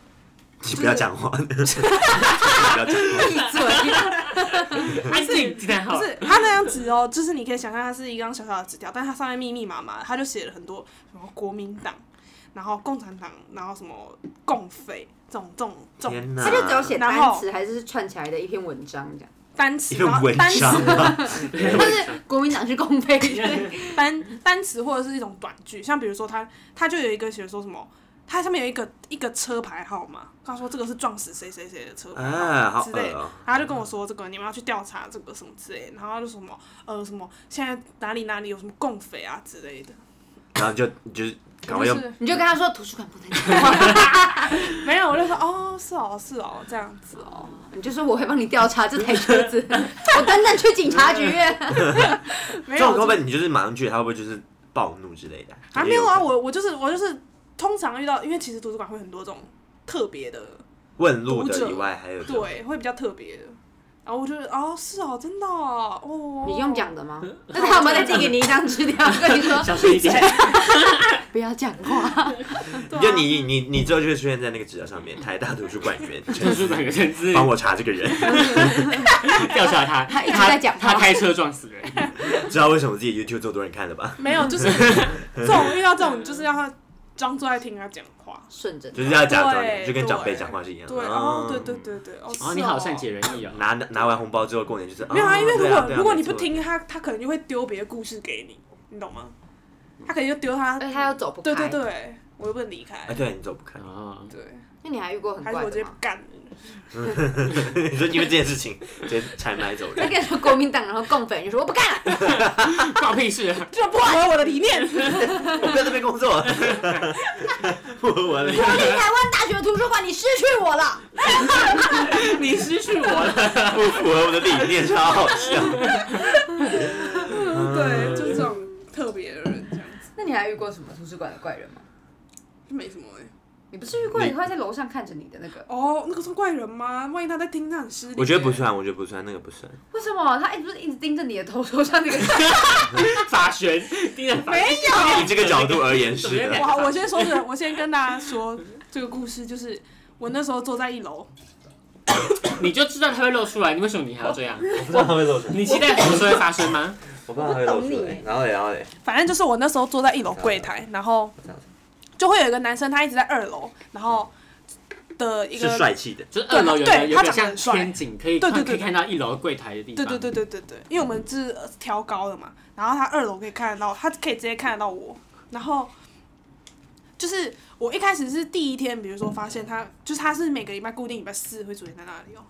Speaker 2: 你不要讲 话， 你不要讲话。
Speaker 1: 闭嘴！
Speaker 4: 安静，今天好
Speaker 3: 不。是他那张纸哦，就是你可以想象它是一张小小的纸条，但它上面密密麻麻的，他就写了很多什么国民党，然后共产党，然后什么共匪这种这种这种
Speaker 2: 天哪！
Speaker 1: 他就只有写
Speaker 3: 然
Speaker 1: 单
Speaker 3: 后
Speaker 1: 词，还是串起来的一篇文章这样。
Speaker 3: 单词，
Speaker 2: 一个
Speaker 3: 然后
Speaker 2: 文
Speaker 3: 单词
Speaker 2: 章 啊，
Speaker 1: 但是国民党是共匪，
Speaker 3: 单单词或者是一种短句，像比如说他他就有一个写说什么，它上面有一个一个车牌号码，他说这个是撞死谁谁谁的车牌号码
Speaker 2: 啊，好
Speaker 3: 之
Speaker 2: 恶
Speaker 3: 类的
Speaker 2: 哦。
Speaker 3: 然后他就跟我说这个你们要去调查这个什么之类的，然后他就说什么呃什么现在哪里哪里有什么共匪啊之类的，
Speaker 2: 然后你就你就是赶
Speaker 3: 就
Speaker 2: 快用，
Speaker 3: 是
Speaker 1: 你就跟他说图书馆不能讲话，
Speaker 3: 没有，我就说哦是哦是哦这样子哦，
Speaker 1: 你就说我会帮你调查这台车子，我等等去警察局。
Speaker 3: 没
Speaker 2: 这
Speaker 3: 有
Speaker 2: 种会不
Speaker 3: 就是
Speaker 2: 会你就是马上去，他会不会就是暴怒之类的？
Speaker 3: 啊没有啊，
Speaker 2: 也可能
Speaker 3: 我我就是我就是通常遇到，因为其实图书馆会很多这种特别的，
Speaker 2: 问路
Speaker 3: 读
Speaker 2: 的
Speaker 3: 者
Speaker 2: 以外还有什么
Speaker 3: 对，会比较特别的。然后我就哦，是哦，真的哦，哦
Speaker 1: 你用讲的吗？ 那他有没有再递给你一张纸条， 跟你说
Speaker 4: 小声一点，
Speaker 1: 不要讲话？
Speaker 3: 对啊
Speaker 2: 就你你你之后就会出现在那个纸条上面，台大图书馆 员，
Speaker 4: 图书馆有人 是
Speaker 2: 帮我查这个人，
Speaker 4: 调查他，
Speaker 1: 他一直在讲话
Speaker 4: 他开车撞死人，
Speaker 2: 知道为什么自己 YouTube 这么多人看了 吧？
Speaker 3: 没有，就是 这种遇到这种，你就是让他装作在听他讲话。
Speaker 1: 顺着
Speaker 2: 就是要假装你，
Speaker 3: 对
Speaker 2: 就跟长辈
Speaker 3: 对
Speaker 2: 讲话是一样的。嗯
Speaker 3: 对，哦，对对对对，哦，是
Speaker 4: 哦，你好善解人意哦。
Speaker 2: 拿拿完红包之后过年就是哦
Speaker 3: 没有啊，因为如
Speaker 2: 对
Speaker 3: 果
Speaker 2: 对
Speaker 3: 如果你
Speaker 2: 没错
Speaker 3: 不听他，他可能就会丢别的故事给你，你懂吗？他可能就丢他，
Speaker 1: 而且他又走不哎开。
Speaker 3: 对对对，我又不能离开
Speaker 2: 哎，，对你走不开，
Speaker 4: 哦，
Speaker 3: 对，
Speaker 1: 那你还遇过很
Speaker 3: 还是
Speaker 1: 怪
Speaker 3: 我直
Speaker 1: 的
Speaker 3: 接
Speaker 1: 吗？
Speaker 3: 干了。
Speaker 2: 你说因为这件事情直接采买走
Speaker 1: 他
Speaker 2: 人，
Speaker 1: 跟你说国民党，然后共匪，你说我不干了，
Speaker 4: 关我屁事！啊
Speaker 3: 这不符合我的理 念。
Speaker 2: 我不在这边工 作，我我
Speaker 1: 我
Speaker 2: 的
Speaker 1: 是台湾大学图书馆，你失去我了。
Speaker 4: 你失去我了，
Speaker 2: 不符合我的理念，超好笑。
Speaker 3: 嗯对，就是这种特别的人这样子，
Speaker 1: 那你还遇过什么图书馆的怪人吗？
Speaker 3: 就没什么哎、
Speaker 1: 你不是遇过
Speaker 2: 你
Speaker 1: 你会在楼上看着你的那个？
Speaker 3: 哦，那个算怪人吗？万一他在听，他很失礼。
Speaker 2: 我觉得不，算，我觉得不算，那个不算。
Speaker 1: 为什么他一直不是一直盯着你的头头上那个？
Speaker 4: 法学盯着法
Speaker 3: 没有。
Speaker 2: 以这个角度而言
Speaker 4: 怎么
Speaker 2: 是
Speaker 4: 样
Speaker 2: 的，
Speaker 3: 我我先说这个，我先跟大家说，这个故事就是我那时候坐在一楼，
Speaker 4: 你就知道它会露出来，你为什么你还要这样？
Speaker 2: 我不知道他会露出来，
Speaker 4: 你期待什么时候会发 生吗？
Speaker 2: 我不知道他会露
Speaker 1: 我
Speaker 2: 出
Speaker 1: 懂
Speaker 2: 来
Speaker 1: 你。
Speaker 2: 然后嘞，然后嘞，
Speaker 3: 反正就是我那时候坐在一楼柜台，然后
Speaker 2: 我这样子
Speaker 3: 就会有一个男生，他一直在二楼，然后的一
Speaker 2: 是
Speaker 3: 个
Speaker 2: 帅气的，
Speaker 4: 就是二楼有一个
Speaker 3: 对
Speaker 4: 有
Speaker 3: 他
Speaker 4: 点
Speaker 3: 长得
Speaker 4: 像
Speaker 3: 很帅
Speaker 4: 天井，可以
Speaker 3: 对
Speaker 4: 看
Speaker 3: 对
Speaker 4: 可以
Speaker 3: 对
Speaker 4: 看到一楼柜台的地
Speaker 3: 对
Speaker 4: 方。
Speaker 3: 对对对对对，因为我们是呃挑高的嘛，然后他二楼可以看得到，他可以直接看得到我。然后就是我一开始是第一天，比如说发现他，就是他是每个礼拜固定礼拜四会出现在那里哦，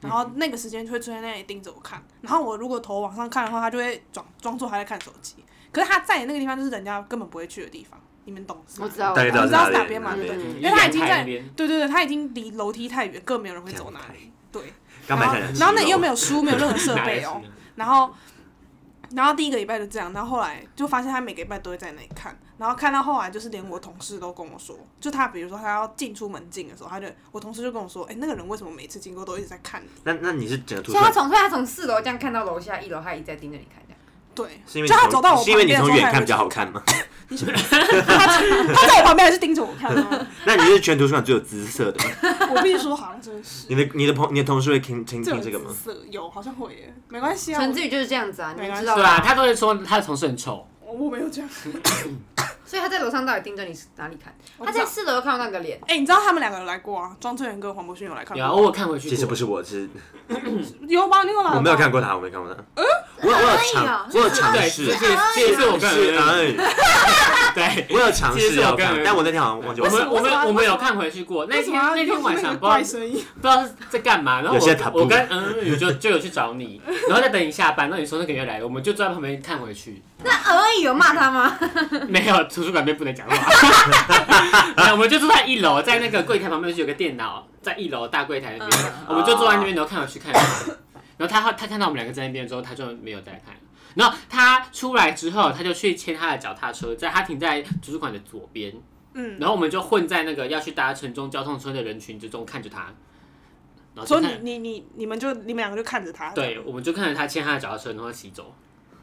Speaker 3: 然后那个时间就会出现在那里盯着我看。然后我如果头往上看的话，他就会装装作还在看手机。可是他在那个地方就是人家根本不会去的地方，你哦们懂是吗
Speaker 1: 我知道，
Speaker 2: 大概
Speaker 3: 知道
Speaker 2: 哪
Speaker 3: 是
Speaker 2: 里
Speaker 3: 哪边嘛
Speaker 2: 哪
Speaker 3: 对
Speaker 2: 边
Speaker 4: 嗯，
Speaker 3: 因为他已经
Speaker 4: 阳台
Speaker 3: 在
Speaker 4: 那边
Speaker 3: 对对对，他已经离楼梯太远，更没有人会走那
Speaker 2: 阳台
Speaker 3: 里。对，
Speaker 2: 刚买起来
Speaker 3: 然
Speaker 2: 很
Speaker 3: 后
Speaker 2: 奇
Speaker 3: 然后那里
Speaker 2: 妙
Speaker 3: 又没有书，没有任何设
Speaker 4: 哪来
Speaker 3: 备
Speaker 4: 的
Speaker 3: 哦。
Speaker 4: 呢
Speaker 3: 然后，然后第一个礼拜就这样，然后后来就发现他每个礼拜都会在那里看，然后看到后来就是连我同事都跟我说，就他比如说他要进出门禁的时候，他就我同事就跟我说，哎、那个人为什么每次经过都一直在看你？
Speaker 2: 那那你是整个图
Speaker 1: 所
Speaker 2: 书
Speaker 1: 以他
Speaker 2: 馆，
Speaker 1: 从所以他从四楼这样看到楼下一楼，他一直在盯着你看，这样。
Speaker 3: 对，
Speaker 2: 是因为
Speaker 3: 就
Speaker 2: 你
Speaker 3: 他
Speaker 2: 从
Speaker 3: 走到我
Speaker 2: 是因为你
Speaker 3: 旁
Speaker 2: 从
Speaker 3: 边的时候
Speaker 2: 远
Speaker 3: 还哎
Speaker 2: 看
Speaker 3: 会
Speaker 2: 比较
Speaker 3: 走
Speaker 2: 好看吗？
Speaker 3: 他在我旁边还是盯着我看 哦，
Speaker 2: 那你是全图书馆最有姿色的吗？
Speaker 3: 我必须说好像真的是
Speaker 2: 你的你的 朋你的同事会听听
Speaker 3: 这
Speaker 2: 听这个吗？
Speaker 3: 色有好像会耶，没关系啊，
Speaker 1: 陈志宇就是这样子啊，你
Speaker 3: 没
Speaker 1: 们
Speaker 3: 关
Speaker 1: 知
Speaker 3: 系
Speaker 1: 道
Speaker 4: 对啊，
Speaker 1: 吧？
Speaker 4: 他都会说他的同事很丑，
Speaker 3: 我我没有这样。
Speaker 1: 所以他在楼上到底盯着你哪里看？
Speaker 3: 我
Speaker 1: 他
Speaker 3: 不知道
Speaker 1: 在四楼看得到你的脸，
Speaker 3: 哎、你知道他们两个有来过啊？庄志远跟黄博勋有来看
Speaker 4: 有啊，
Speaker 3: 过，
Speaker 4: 我有看回去过。
Speaker 2: 其实不是我，是
Speaker 3: 有吧？你有来？
Speaker 2: 我没有看，过他，我没看过他。我我有尝，我有尝
Speaker 4: 对，
Speaker 2: 试
Speaker 4: 这，是这
Speaker 3: 啊
Speaker 4: 也是我个
Speaker 2: 是
Speaker 4: 人的。
Speaker 2: 哎，
Speaker 4: 对，
Speaker 2: 我有尝
Speaker 4: 其实
Speaker 2: 试
Speaker 4: 是我
Speaker 2: 要
Speaker 4: 个人
Speaker 2: 看，但我那天好像忘记
Speaker 4: 我
Speaker 2: 我
Speaker 4: 们我
Speaker 3: 为什么
Speaker 4: 们我们有看回去过。那
Speaker 3: 为什
Speaker 4: 天
Speaker 3: 么要
Speaker 4: 那天晚上
Speaker 3: 用那个
Speaker 4: 不知道
Speaker 3: 怪声音？
Speaker 4: 不知道是在干嘛，然后
Speaker 2: 有些 taboo
Speaker 4: 我我跟嗯宇就就有去找你，然后再等你下班，那你说那个月来了，我们就坐在旁边看回去。
Speaker 1: 那而已有骂他吗？
Speaker 4: 没有，图书馆边不能讲话。对，我们就坐在一楼，在那个柜台旁边就有个电脑，在一楼大柜台那边，
Speaker 1: 嗯
Speaker 4: 我们就
Speaker 1: 哦
Speaker 4: 坐在那边，然后看回去看回去。然后他他看到我们两个在那边之后，他就没有再看了。然后他出来之后，他就去牵他的脚踏车，在他停在图书馆的左边，
Speaker 3: 嗯，
Speaker 4: 然后我们就混在那个要去搭城中交通车的人群之中看着他。然后
Speaker 3: 所
Speaker 4: 就
Speaker 3: 以
Speaker 4: 哦看，
Speaker 3: 你你你你们就你们两个就看着他，
Speaker 4: 对，我们就看着他牵他的脚踏车，然后骑走，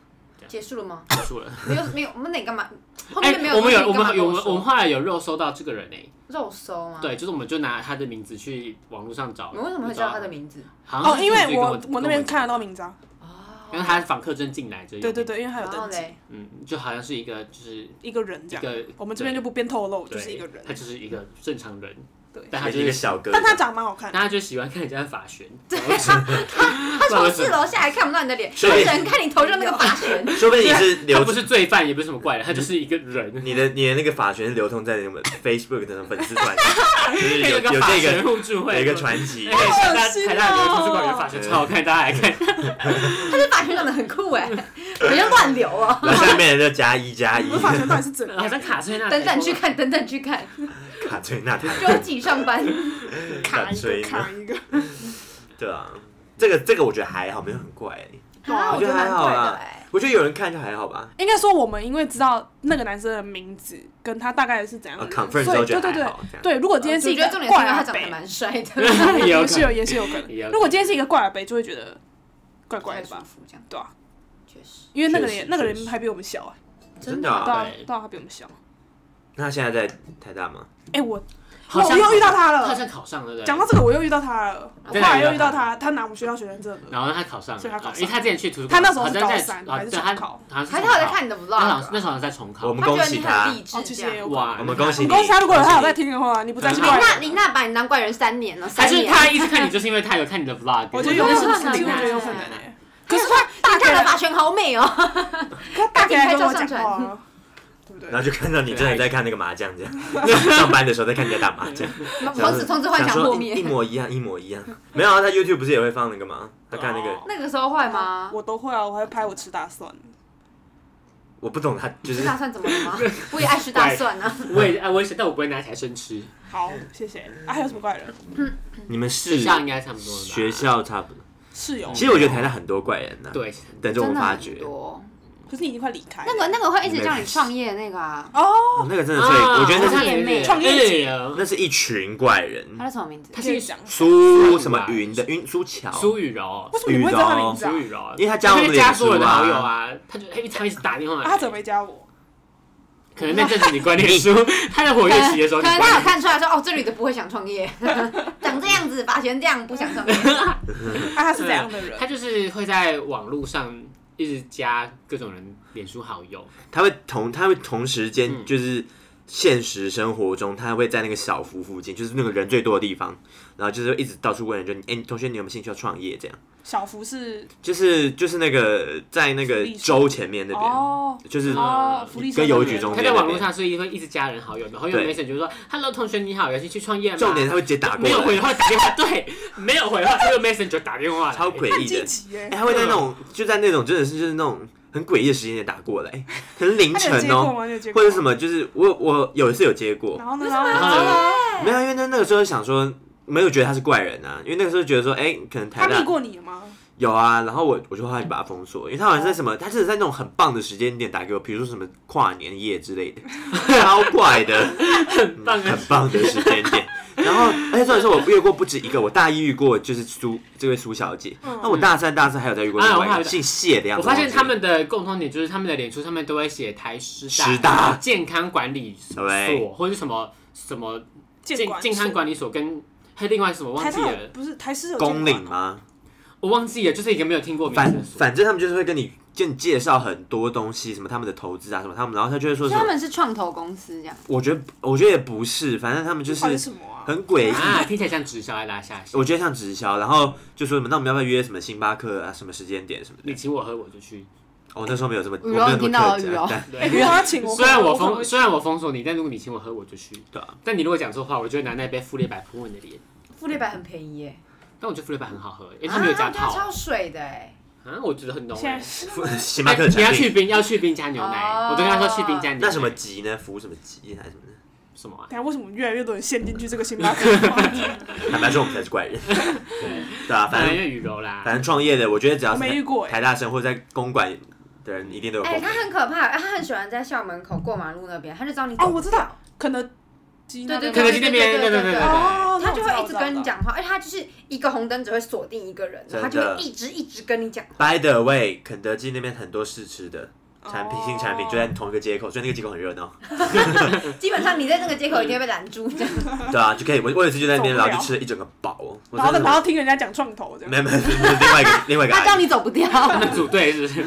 Speaker 1: 结束了吗？
Speaker 4: 结束了。
Speaker 1: 没有没有，我们哪干嘛？后
Speaker 4: 哎、
Speaker 1: 面没有
Speaker 4: 我
Speaker 1: 东
Speaker 4: 们
Speaker 1: 西
Speaker 4: 有我
Speaker 1: 干嘛
Speaker 4: 们
Speaker 1: 跟
Speaker 4: 有
Speaker 1: 我
Speaker 4: 我
Speaker 1: 说，
Speaker 4: 们我们后来有肉搜到这个人哎、
Speaker 1: 肉搜吗？
Speaker 4: 对，就是我们就拿他的名字去网络上找。
Speaker 1: 啊你为什么会知道他的名字？
Speaker 4: 好像
Speaker 3: 哦，
Speaker 4: 是
Speaker 3: 因
Speaker 4: 自
Speaker 3: 为
Speaker 4: 己跟
Speaker 3: 我
Speaker 4: 我
Speaker 3: 我那边看得，到名字啊，
Speaker 1: 哦
Speaker 4: 跟我讲因为他是访客证进来这。
Speaker 3: 对对，对，因为还有
Speaker 1: 然后
Speaker 3: 登记
Speaker 1: 嘞，
Speaker 4: 嗯，就好像是一个就是
Speaker 3: 一个人
Speaker 4: 一
Speaker 3: 这样，
Speaker 4: 个，
Speaker 3: 我们这边就不便透露，就是
Speaker 4: 对
Speaker 3: 一个人
Speaker 4: 他，就是一个正常人，
Speaker 3: 对
Speaker 4: 但他就
Speaker 2: 一个
Speaker 4: 是
Speaker 2: 小哥，
Speaker 3: 但他长得蛮好看的，
Speaker 4: 但他就喜欢看人家的法旋，
Speaker 1: 他从四楼下来看不到你的脸，他
Speaker 2: 所以
Speaker 1: 只能看你头上那个发旋。
Speaker 2: 说不定你是
Speaker 4: 他
Speaker 2: 流
Speaker 4: 不是罪犯，也不是什么怪人，他就是一个人。
Speaker 2: 你的你的那个法权流通在你们 Facebook 的粉丝 团，就是有
Speaker 4: 有
Speaker 2: 有
Speaker 4: 法
Speaker 2: 这
Speaker 4: 旋
Speaker 2: 个
Speaker 4: 互助会，
Speaker 2: 有一个传奇
Speaker 4: 哎，。台
Speaker 3: 好
Speaker 4: 大
Speaker 3: 恶心哦
Speaker 4: 台大有个图书馆有法旋，
Speaker 2: 对
Speaker 4: 超好看，大家来看。
Speaker 1: 他的发旋长得很酷哎，好像乱流哦。
Speaker 2: 然后下面人就加一加一
Speaker 3: 我，们法权到底是 怎
Speaker 4: 好
Speaker 3: 样？
Speaker 4: 像卡崔娜，
Speaker 1: 等等去，看，等等去看，
Speaker 2: 卡追那台
Speaker 1: 周几上班？
Speaker 3: 卡一
Speaker 2: 追
Speaker 3: 个
Speaker 2: 呢
Speaker 3: 卡一个，
Speaker 2: 对啊，这个这个我觉得还好，没有很怪。
Speaker 1: 啊，
Speaker 2: 我
Speaker 1: 觉得
Speaker 2: 觉得
Speaker 1: 蛮
Speaker 2: 还好
Speaker 1: 怪的
Speaker 2: 啦
Speaker 1: 哎。
Speaker 2: 我觉得有人看就还好吧。
Speaker 3: 应该说我们因为知道那个男生的名字跟他大概是怎样
Speaker 2: 啊
Speaker 3: 的人，
Speaker 2: ，confirm 之
Speaker 3: 所
Speaker 2: 后
Speaker 3: 以
Speaker 2: 觉
Speaker 3: 对
Speaker 2: 得
Speaker 3: 对
Speaker 2: 还
Speaker 3: 对
Speaker 2: 好，这样。
Speaker 3: 对，如果今天是
Speaker 1: 呃我
Speaker 3: 一
Speaker 1: 觉
Speaker 3: 个
Speaker 1: 得重点是
Speaker 3: 怪
Speaker 1: 因为他
Speaker 3: 阿
Speaker 1: 长得
Speaker 3: 北，
Speaker 1: 蛮帅的，
Speaker 4: 有
Speaker 3: 也
Speaker 4: 可
Speaker 3: 是
Speaker 4: 能
Speaker 3: 有也是有可
Speaker 4: 也有
Speaker 3: 能，如果今天是一个怪阿北，就会觉得怪怪
Speaker 1: 怪
Speaker 3: 的
Speaker 1: 舒
Speaker 3: 吧，
Speaker 1: 服这样，
Speaker 3: 对啊，
Speaker 1: 确实。
Speaker 3: 因为那个
Speaker 2: 确
Speaker 3: 人
Speaker 2: 实
Speaker 3: 也那个
Speaker 2: 确
Speaker 3: 人
Speaker 2: 实
Speaker 3: 还比我们小啊，
Speaker 2: 真的啊
Speaker 3: 对啊
Speaker 4: 对
Speaker 3: 对啊，他比我们小。
Speaker 2: 那他现在在台大吗？
Speaker 3: 哎，我
Speaker 4: 好
Speaker 3: 我
Speaker 4: 像
Speaker 3: 又遇到他
Speaker 4: 他好
Speaker 3: 了。
Speaker 4: 像考上了，对不对
Speaker 3: 讲到这个，我又遇到他了，我后
Speaker 4: 真的
Speaker 3: 来
Speaker 4: 遇到
Speaker 3: 又遇到
Speaker 4: 他啊
Speaker 3: 他，他拿我们学校学生证了。
Speaker 4: 然后他考上了，
Speaker 3: 所以他考上
Speaker 4: 因为他之前去图书
Speaker 3: 他
Speaker 4: 馆，
Speaker 3: 那时候
Speaker 4: 好
Speaker 3: 是
Speaker 4: 像在
Speaker 3: 高三
Speaker 4: 啊
Speaker 3: 还是
Speaker 4: 对
Speaker 3: 重
Speaker 4: 他
Speaker 3: 考
Speaker 4: 好像是
Speaker 1: 还
Speaker 4: 重
Speaker 1: 是我在看你的
Speaker 4: 他好
Speaker 1: vlog，啊
Speaker 4: 像那时候好像在重考
Speaker 2: 我。们
Speaker 1: 他觉
Speaker 2: 恭
Speaker 1: 得
Speaker 2: 喜
Speaker 1: 你很
Speaker 2: 他
Speaker 1: 励，
Speaker 3: 哦，
Speaker 1: 志
Speaker 3: 其
Speaker 1: 这
Speaker 3: 实也
Speaker 1: 样。
Speaker 3: 有可能。
Speaker 4: 哇，
Speaker 2: 我们恭喜
Speaker 3: 你
Speaker 2: 你
Speaker 3: 恭喜他！如果他有在听的话，你不再是
Speaker 1: 林
Speaker 3: 怪人
Speaker 1: 娜，林娜哎把你当怪人三年了，
Speaker 4: 还
Speaker 1: 三
Speaker 4: 是
Speaker 1: 年。
Speaker 4: 他一直看你，就是因为他有看你的 vlog。
Speaker 3: 我觉得有可
Speaker 1: 我觉得是
Speaker 3: 能，其实我
Speaker 4: 啊
Speaker 3: 觉得有
Speaker 1: 很
Speaker 3: 可能
Speaker 1: 难
Speaker 3: 欸。
Speaker 1: 可是他大家的发旋好美哦，
Speaker 3: 他打给来跟我
Speaker 1: 大
Speaker 3: 讲
Speaker 1: 家
Speaker 3: 话
Speaker 1: 拍
Speaker 3: 了，对不对
Speaker 2: 然？后就看到你真的在看那个麻将， 这样上班的时候在看人家打麻将，
Speaker 1: 从此从此 幻
Speaker 2: 想
Speaker 1: 想破
Speaker 2: 说一一
Speaker 1: 灭。
Speaker 2: 模一样，一模一样。没有啊，他 YouTube 不是也会放那个吗？他看那个，
Speaker 1: 那个时候坏吗？
Speaker 3: 我都会啊，我还会拍我吃大蒜。
Speaker 2: 我不懂他就
Speaker 1: 吃
Speaker 2: 是
Speaker 1: 大蒜怎么了吗？我也爱吃大蒜啊。
Speaker 4: 我也啊，我也是，但我不会拿起来生吃。
Speaker 3: 好，谢谢。啊，还有什么怪人？
Speaker 2: 你们
Speaker 4: 学
Speaker 2: 是
Speaker 4: 校应该差不多了吧。
Speaker 2: 学校差不多。
Speaker 3: 室友
Speaker 2: 其，实我觉得台大很多怪人呐、，
Speaker 4: 对，
Speaker 2: 等着我
Speaker 1: 真
Speaker 2: 们
Speaker 1: 的
Speaker 2: 发
Speaker 1: 很
Speaker 2: 掘。
Speaker 1: 多。
Speaker 3: 可是你已经快离开了
Speaker 1: 那个那个会一直叫你创业的那个啊，
Speaker 3: 哦，
Speaker 2: 哦那个真的最，
Speaker 4: 啊
Speaker 2: 我觉得那
Speaker 1: 我
Speaker 2: 是
Speaker 1: 看姐妹
Speaker 3: 创业
Speaker 4: 姐，
Speaker 2: 那是一群怪人。
Speaker 1: 他叫什么名字？
Speaker 4: 他
Speaker 3: 可
Speaker 4: 是
Speaker 3: 以讲
Speaker 2: 苏什么云的云苏乔，
Speaker 4: 苏雨柔，
Speaker 3: 为什么你不会知道他名字啊
Speaker 4: 苏？雨柔，
Speaker 2: 因为他加我
Speaker 4: 他
Speaker 2: 们
Speaker 4: 就
Speaker 2: 的
Speaker 4: 加
Speaker 2: 脸
Speaker 4: 所
Speaker 2: 书
Speaker 4: 有的好友
Speaker 2: 啊，
Speaker 4: 啊，他就他一直他一直打电话
Speaker 3: 啊
Speaker 4: 来，
Speaker 3: 他怎么没加我？
Speaker 4: 可能那阵子你关 念书，他在活跃期的时候，
Speaker 1: 可
Speaker 4: 你
Speaker 1: 能
Speaker 4: 关
Speaker 1: 他有看出来说，哦，这女的不会想创业，长这样子，发型这样，不想创业。
Speaker 3: 啊，他是怎样的人？
Speaker 4: 他就是会在网络上一直加各种人脸书好友，
Speaker 2: 他会同他会同时
Speaker 4: 嗯
Speaker 2: 间就是现实生活中，他会在那个小福附近，就是那个人最多的地方，然后就是一直到处问人，就哎、你同学你有没有兴趣要创业？这样
Speaker 3: 小福是
Speaker 2: 就是就是那个在那个州前面那边，
Speaker 3: 哦，
Speaker 2: 就是
Speaker 3: 哦，福利社
Speaker 2: 跟邮局
Speaker 3: 那边
Speaker 2: 中
Speaker 4: 他
Speaker 2: 间
Speaker 4: 在
Speaker 2: 那
Speaker 4: 网
Speaker 2: 边
Speaker 4: 络，上是会一直加人好友，然后用
Speaker 2: 对
Speaker 4: Messenger 就说 “Hello 同学你好，有兴趣创业吗？”
Speaker 2: 重点他会直接打过
Speaker 4: 没有回
Speaker 2: 来，
Speaker 4: 话打电话，对，没有回话，他用 Messenger 打电话来，
Speaker 2: 超诡
Speaker 3: 很
Speaker 2: 异
Speaker 3: 积
Speaker 2: 的。
Speaker 3: 极耶
Speaker 2: 哎、，他会在那种就在那种真的是就是那种很诡异的时间点打过来，可能凌
Speaker 3: 他有
Speaker 2: 晨
Speaker 3: 接过
Speaker 2: 哦、
Speaker 3: 吗？哦你有接
Speaker 2: 或
Speaker 3: 过
Speaker 2: 者
Speaker 3: 吗
Speaker 2: 什？么，就是我我有一次有接过，
Speaker 3: 然后呢？
Speaker 4: 然后
Speaker 3: 然后呢？
Speaker 4: 呢
Speaker 2: 没有，因为那那个时候想说没有觉得他是怪人啊，因为那个时候觉得说，哎、可能台
Speaker 3: 他
Speaker 2: 大
Speaker 3: 密过你吗？
Speaker 2: 有啊，然后我我就后来就把他封锁，因为他好像在什么，他只是在那种很棒的时间点打给我，比如说什么跨年夜之 类的，超怪的，
Speaker 4: 很棒啊
Speaker 2: 很！棒的时间点。然后，而且重点是我遇过不止一个，我大一遇过就是苏这位苏小姐，
Speaker 3: 嗯
Speaker 2: 那我大三大四还有在遇过另
Speaker 4: 啊我
Speaker 2: 外一
Speaker 4: 还
Speaker 2: 个
Speaker 4: 有
Speaker 2: 姓谢的样
Speaker 4: 我
Speaker 2: 子，
Speaker 4: 发现
Speaker 2: 忘记
Speaker 4: 他
Speaker 2: 了
Speaker 4: 们的共同点就是他们的脸书上面都会写台师
Speaker 2: 师大
Speaker 4: 健康管理所
Speaker 2: 对
Speaker 4: 或者是什么什么
Speaker 3: 健
Speaker 4: 健
Speaker 3: 管
Speaker 4: 健康
Speaker 3: 所
Speaker 4: 管理所跟还有另外什么忘
Speaker 3: 台
Speaker 4: 记
Speaker 3: 上
Speaker 4: 了
Speaker 3: 有，不是台师有监
Speaker 2: 公
Speaker 3: 管
Speaker 2: 领
Speaker 3: 哦？
Speaker 2: 吗？
Speaker 4: 我忘记了，就是一个没有听过名字
Speaker 2: 反
Speaker 4: 的所。
Speaker 2: 反正他们就是会跟你就你介绍很多东西，什么他们的投资啊什么他们，然后他就会
Speaker 1: 所
Speaker 2: 说
Speaker 1: 以
Speaker 2: 什
Speaker 1: 他
Speaker 2: 么，
Speaker 1: 们是创投公司这样，
Speaker 2: 我觉得我觉得也不是，反正他们就
Speaker 3: 就是到底什么啊？
Speaker 2: 很诡异。
Speaker 4: 啊，听起来像直销来拉下线。
Speaker 2: 我觉得像直销，然后就说什么，那我们要不要约什么星巴克啊，什么时间点什么
Speaker 4: 你
Speaker 2: 的？
Speaker 4: 请我喝，我就去。
Speaker 2: 我、那时候没有这么，我
Speaker 1: 羽
Speaker 2: 没
Speaker 1: 柔
Speaker 2: 有那
Speaker 1: 听到
Speaker 2: 么
Speaker 1: 了
Speaker 2: 苛
Speaker 1: 羽
Speaker 2: 责
Speaker 1: 柔，
Speaker 2: 但
Speaker 3: 哎，如果他请我，
Speaker 4: 虽然我
Speaker 3: 可能
Speaker 4: 封，
Speaker 3: 会
Speaker 4: 虽然我封锁你，但如果你请我喝，我就去。
Speaker 2: 对啊，
Speaker 4: 但你如果讲错话，我就会拿那杯富列白扑你的脸。
Speaker 1: 富丽白很便宜耶，
Speaker 4: 但我觉得富列白很好喝，因为它没有加
Speaker 1: 啊它
Speaker 4: 泡。
Speaker 1: 超水的哎，
Speaker 4: 啊，我觉得很浓
Speaker 3: 现
Speaker 4: 欸哎
Speaker 3: 在。
Speaker 2: 星巴克的
Speaker 4: 你要
Speaker 2: 产
Speaker 4: 去
Speaker 2: 品。
Speaker 4: 冰，要去冰加牛奶。
Speaker 1: 哦
Speaker 4: 我都跟他说去冰加牛奶。
Speaker 2: 那什么级呢？服什么级还是什么的？
Speaker 4: 什么啊？
Speaker 3: 等一下为什么越来越多人陷进去这个星巴克的话 题？
Speaker 2: 坦白说，我们才是怪人。
Speaker 4: 对，
Speaker 2: 对啊，
Speaker 4: 反
Speaker 2: 反
Speaker 4: 正
Speaker 2: 正
Speaker 4: 就羽柔啦。
Speaker 2: 反正创业的，我觉得只要
Speaker 3: 我没遇
Speaker 2: 是
Speaker 3: 过哎，
Speaker 2: 台大生或者在公馆的人，一定都有
Speaker 1: 哎，
Speaker 2: 共鸣
Speaker 1: 他。很可怕，哎他很喜欢在校门口过马路那边，他就找你
Speaker 3: 哦，
Speaker 1: 走
Speaker 3: 我知道，肯德基那边，
Speaker 1: 对
Speaker 4: 肯德基那边，
Speaker 1: 对对
Speaker 4: 对
Speaker 1: 对
Speaker 4: 对对
Speaker 1: 对
Speaker 4: 对。
Speaker 3: 哦，
Speaker 1: 他就会一直跟你
Speaker 3: 讲。
Speaker 1: 讲话，而哎且他就是一个红灯只会锁定一个人，然后他就
Speaker 2: 真的
Speaker 1: 会一直一直跟你讲。
Speaker 2: By the way，肯德基那边很多试吃的产品，
Speaker 3: 哦
Speaker 2: 新产品就在同一个街口，所以那个街口很热闹。嗯
Speaker 1: 基本上你在那个街口一定会被拦住，这样
Speaker 2: 对啊，就可以。我我有一次就在那边，
Speaker 3: 受不
Speaker 2: 然
Speaker 3: 了
Speaker 2: 后就吃了一整个饱哦。我
Speaker 3: 然后
Speaker 2: 真
Speaker 3: 呢，
Speaker 2: 的
Speaker 3: 然后听人家讲撞头这
Speaker 2: 没
Speaker 3: 样，
Speaker 2: 有没有，没有另外一个另外一个
Speaker 1: 他
Speaker 2: 阿
Speaker 1: 知道
Speaker 2: 姨，
Speaker 1: 你走不掉。
Speaker 4: 他们组队是不是？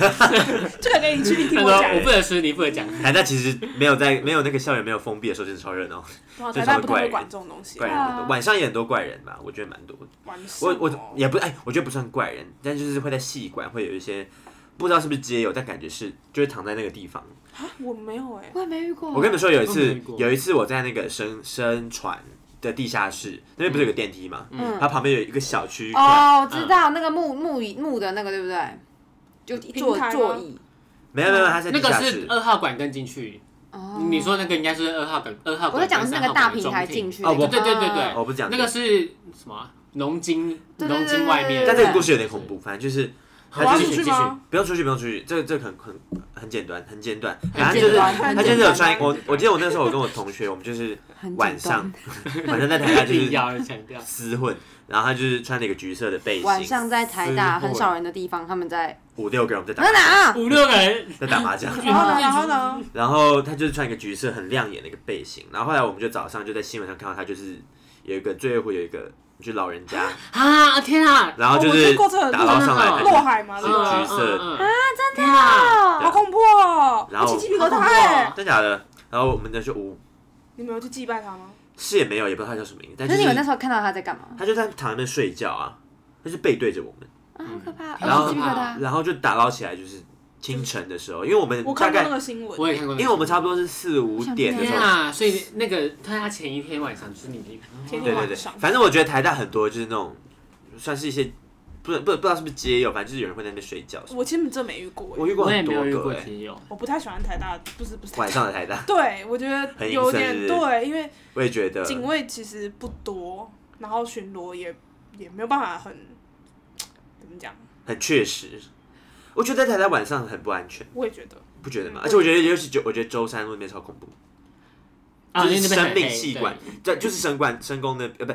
Speaker 3: 就感觉你去你听
Speaker 4: 他
Speaker 3: 我
Speaker 4: 说
Speaker 3: 讲
Speaker 4: 我，不能吃，你不能讲。
Speaker 2: 台大哎其实没有在没有那个校园没有封闭的时候，真的超热闹，
Speaker 3: 哇台大不太会管这种东西
Speaker 4: 啊
Speaker 2: 怪。人很多。晚上也很多怪人吧，我觉得蛮多的。
Speaker 3: 玩什
Speaker 2: 我
Speaker 3: 么
Speaker 2: 我也不哎，我觉得不算怪人，但就是会在戏馆会有一些不知道是不是街友，但感觉是就是躺在那个地方。
Speaker 3: 啊我没有哎，
Speaker 1: 我也没遇过
Speaker 2: 我跟你们说，有一
Speaker 4: 我没
Speaker 2: 次
Speaker 4: 遇过
Speaker 2: 有一次我在那个深深船的地下室那边不是有个电梯吗？
Speaker 1: 嗯
Speaker 2: 它旁边有一个小区块。
Speaker 1: 哦，我知道那个木木椅木的那个对不对？就坐
Speaker 3: 平台吗
Speaker 1: 座椅。
Speaker 2: 没有没有，它在地
Speaker 4: 哦那个
Speaker 2: 下
Speaker 4: 是呃
Speaker 2: 室。
Speaker 4: 二号馆跟进去，
Speaker 1: 哦
Speaker 4: 你说那个应该是二号馆，二号馆。
Speaker 1: 我在讲的是那个大平台进
Speaker 4: 去。
Speaker 1: 去。
Speaker 2: 哦我
Speaker 4: 对对对对
Speaker 2: 哦，我不是讲
Speaker 4: 那个是什么啊？农经，
Speaker 1: 对对对
Speaker 4: 农经外面。
Speaker 1: 对对对
Speaker 2: 但这个故事有点恐怖，反正就是
Speaker 4: 好。
Speaker 3: 我
Speaker 2: 他
Speaker 3: 要
Speaker 2: 就
Speaker 3: 出
Speaker 2: 是
Speaker 3: 去
Speaker 4: 继续
Speaker 3: 吗？
Speaker 2: 不用出去，不用出去，这个这个很很很简短，很简短。
Speaker 4: 很
Speaker 2: 然后就
Speaker 4: 简
Speaker 2: 是
Speaker 4: 短
Speaker 2: 他
Speaker 4: 很
Speaker 2: 就是
Speaker 4: 简
Speaker 2: 有
Speaker 4: 短
Speaker 2: 穿，我我记得我那时候我跟我同学，我们就是
Speaker 1: 很
Speaker 2: 晚上
Speaker 1: 简
Speaker 2: 晚上在台下
Speaker 4: 一
Speaker 2: 就
Speaker 4: 定
Speaker 2: 是
Speaker 4: 要强调。
Speaker 2: 厮混，然后他就是穿了一个橘色的背
Speaker 1: 单晚
Speaker 2: 心，
Speaker 1: 上在台大
Speaker 4: 撕破
Speaker 1: 很少人的地方，他们在
Speaker 2: 五六个人我们在
Speaker 1: 那
Speaker 2: 打
Speaker 1: 哪啊？
Speaker 4: 五六个人，
Speaker 2: 在打麻将，
Speaker 3: 然后呢，然后呢，
Speaker 2: 然后他就是穿一个橘色很亮眼的一个背心，然后后来我们就早上就在新闻上看到他就是有一个最后会有一个就老人家，
Speaker 4: 啊！天啊！
Speaker 2: 然后就
Speaker 3: 哦我
Speaker 2: 是
Speaker 3: 听过这个
Speaker 2: 打捞上来
Speaker 4: 真的
Speaker 2: 他
Speaker 4: 哦
Speaker 2: 就
Speaker 3: 落啊海嘛，
Speaker 2: 是
Speaker 3: 对不对
Speaker 2: 橘色
Speaker 4: 啊！真的啊！
Speaker 3: 好恐怖哦！
Speaker 2: 然后
Speaker 3: 我起鸡皮疙瘩
Speaker 1: 啊
Speaker 3: 哎！
Speaker 2: 真假的，然后我们那就五
Speaker 3: 你们有去祭拜他吗？
Speaker 2: 是也没有，也不知道他叫什么名字，但
Speaker 1: 可
Speaker 2: 就是
Speaker 1: 你们
Speaker 2: 是
Speaker 1: 那时候看到他在干嘛？
Speaker 2: 他就在躺在那边睡觉啊，他是背对着我们，
Speaker 1: 啊，好可怕！
Speaker 4: 嗯然后啊
Speaker 1: 鸡皮疙瘩。
Speaker 2: 然后就打捞起来就是清晨的时候，因为我们嗯
Speaker 3: 我
Speaker 2: 大
Speaker 3: 看过那
Speaker 2: 概
Speaker 3: 个新闻，
Speaker 4: 我也看过那个，
Speaker 2: 因为我们差不多是四五点的时
Speaker 4: 天
Speaker 2: 候。
Speaker 4: 啊！所以那个他他前一天晚上就是你们
Speaker 1: 哦
Speaker 3: 前
Speaker 2: 对
Speaker 3: 天
Speaker 2: 对
Speaker 3: 晚
Speaker 2: 对
Speaker 3: 上，，
Speaker 2: 反正我觉得台大很多就是那种，算是一些不不不知道是不是街友，反正就是有人会在那边睡觉。
Speaker 3: 我其实真没遇过
Speaker 2: 我
Speaker 3: 哎，
Speaker 2: 遇过
Speaker 4: 也
Speaker 2: 很
Speaker 4: 没
Speaker 2: 多
Speaker 4: 有遇
Speaker 2: 个、
Speaker 4: 过
Speaker 2: 欸，
Speaker 4: 听友，
Speaker 3: 我不太喜欢台大，不是不是台大
Speaker 2: 晚上的台 大，
Speaker 3: 对，我觉得
Speaker 2: 很
Speaker 3: 有
Speaker 2: 阴森
Speaker 3: 点
Speaker 2: 是不嗯是
Speaker 3: 对，因为
Speaker 2: 我也觉得
Speaker 3: 警卫其实不多，然后巡逻也也没有办法很怎么讲，
Speaker 2: 很确实。我觉得在台大晚上很不安全，
Speaker 3: 我也觉得
Speaker 2: 不觉得吗？
Speaker 3: 嗯
Speaker 2: 而且我觉得尤其就我觉得舟山路那边超恐怖，
Speaker 4: 啊
Speaker 2: 就
Speaker 4: 因为
Speaker 2: 是
Speaker 4: 那边
Speaker 2: 生
Speaker 4: 很
Speaker 2: 命
Speaker 4: 黑
Speaker 2: 系
Speaker 4: 对
Speaker 2: 馆，在就是深管深工那呃不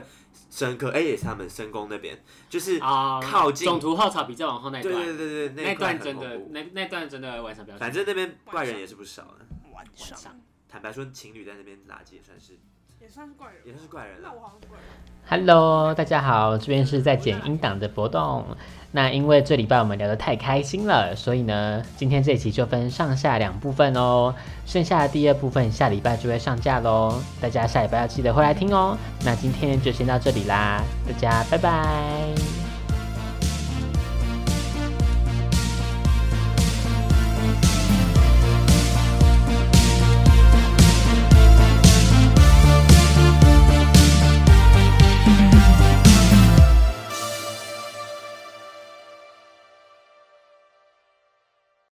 Speaker 2: 深科哎、也是他们深工那边，就是
Speaker 4: 啊，
Speaker 2: 靠近
Speaker 4: 总图后草比较往后那一
Speaker 2: 对对
Speaker 4: 段，
Speaker 2: 对对
Speaker 4: 那
Speaker 2: 一块
Speaker 4: 段
Speaker 2: 很
Speaker 4: 真
Speaker 2: 恐
Speaker 4: 的
Speaker 2: 怖。
Speaker 4: 那那段真的晚上比较，
Speaker 2: 反正那边怪人也是不少的，
Speaker 3: 晚晚
Speaker 1: 晚上
Speaker 2: 坦白说，情侣在那边垃圾也算是
Speaker 3: 也算是怪人吧，
Speaker 2: 也算是怪人啊
Speaker 3: 那
Speaker 2: 了。
Speaker 3: 我好像怪人。
Speaker 5: Hello，大家好，这边是在剪音档的博动。那因为这礼拜我们聊得太开心了，所以呢，今天这一期就分上下两部分哦。剩下的第二部分下礼拜就会上架喽，大家下礼拜要记得回来听哦。那今天就先到这里啦，大家拜拜。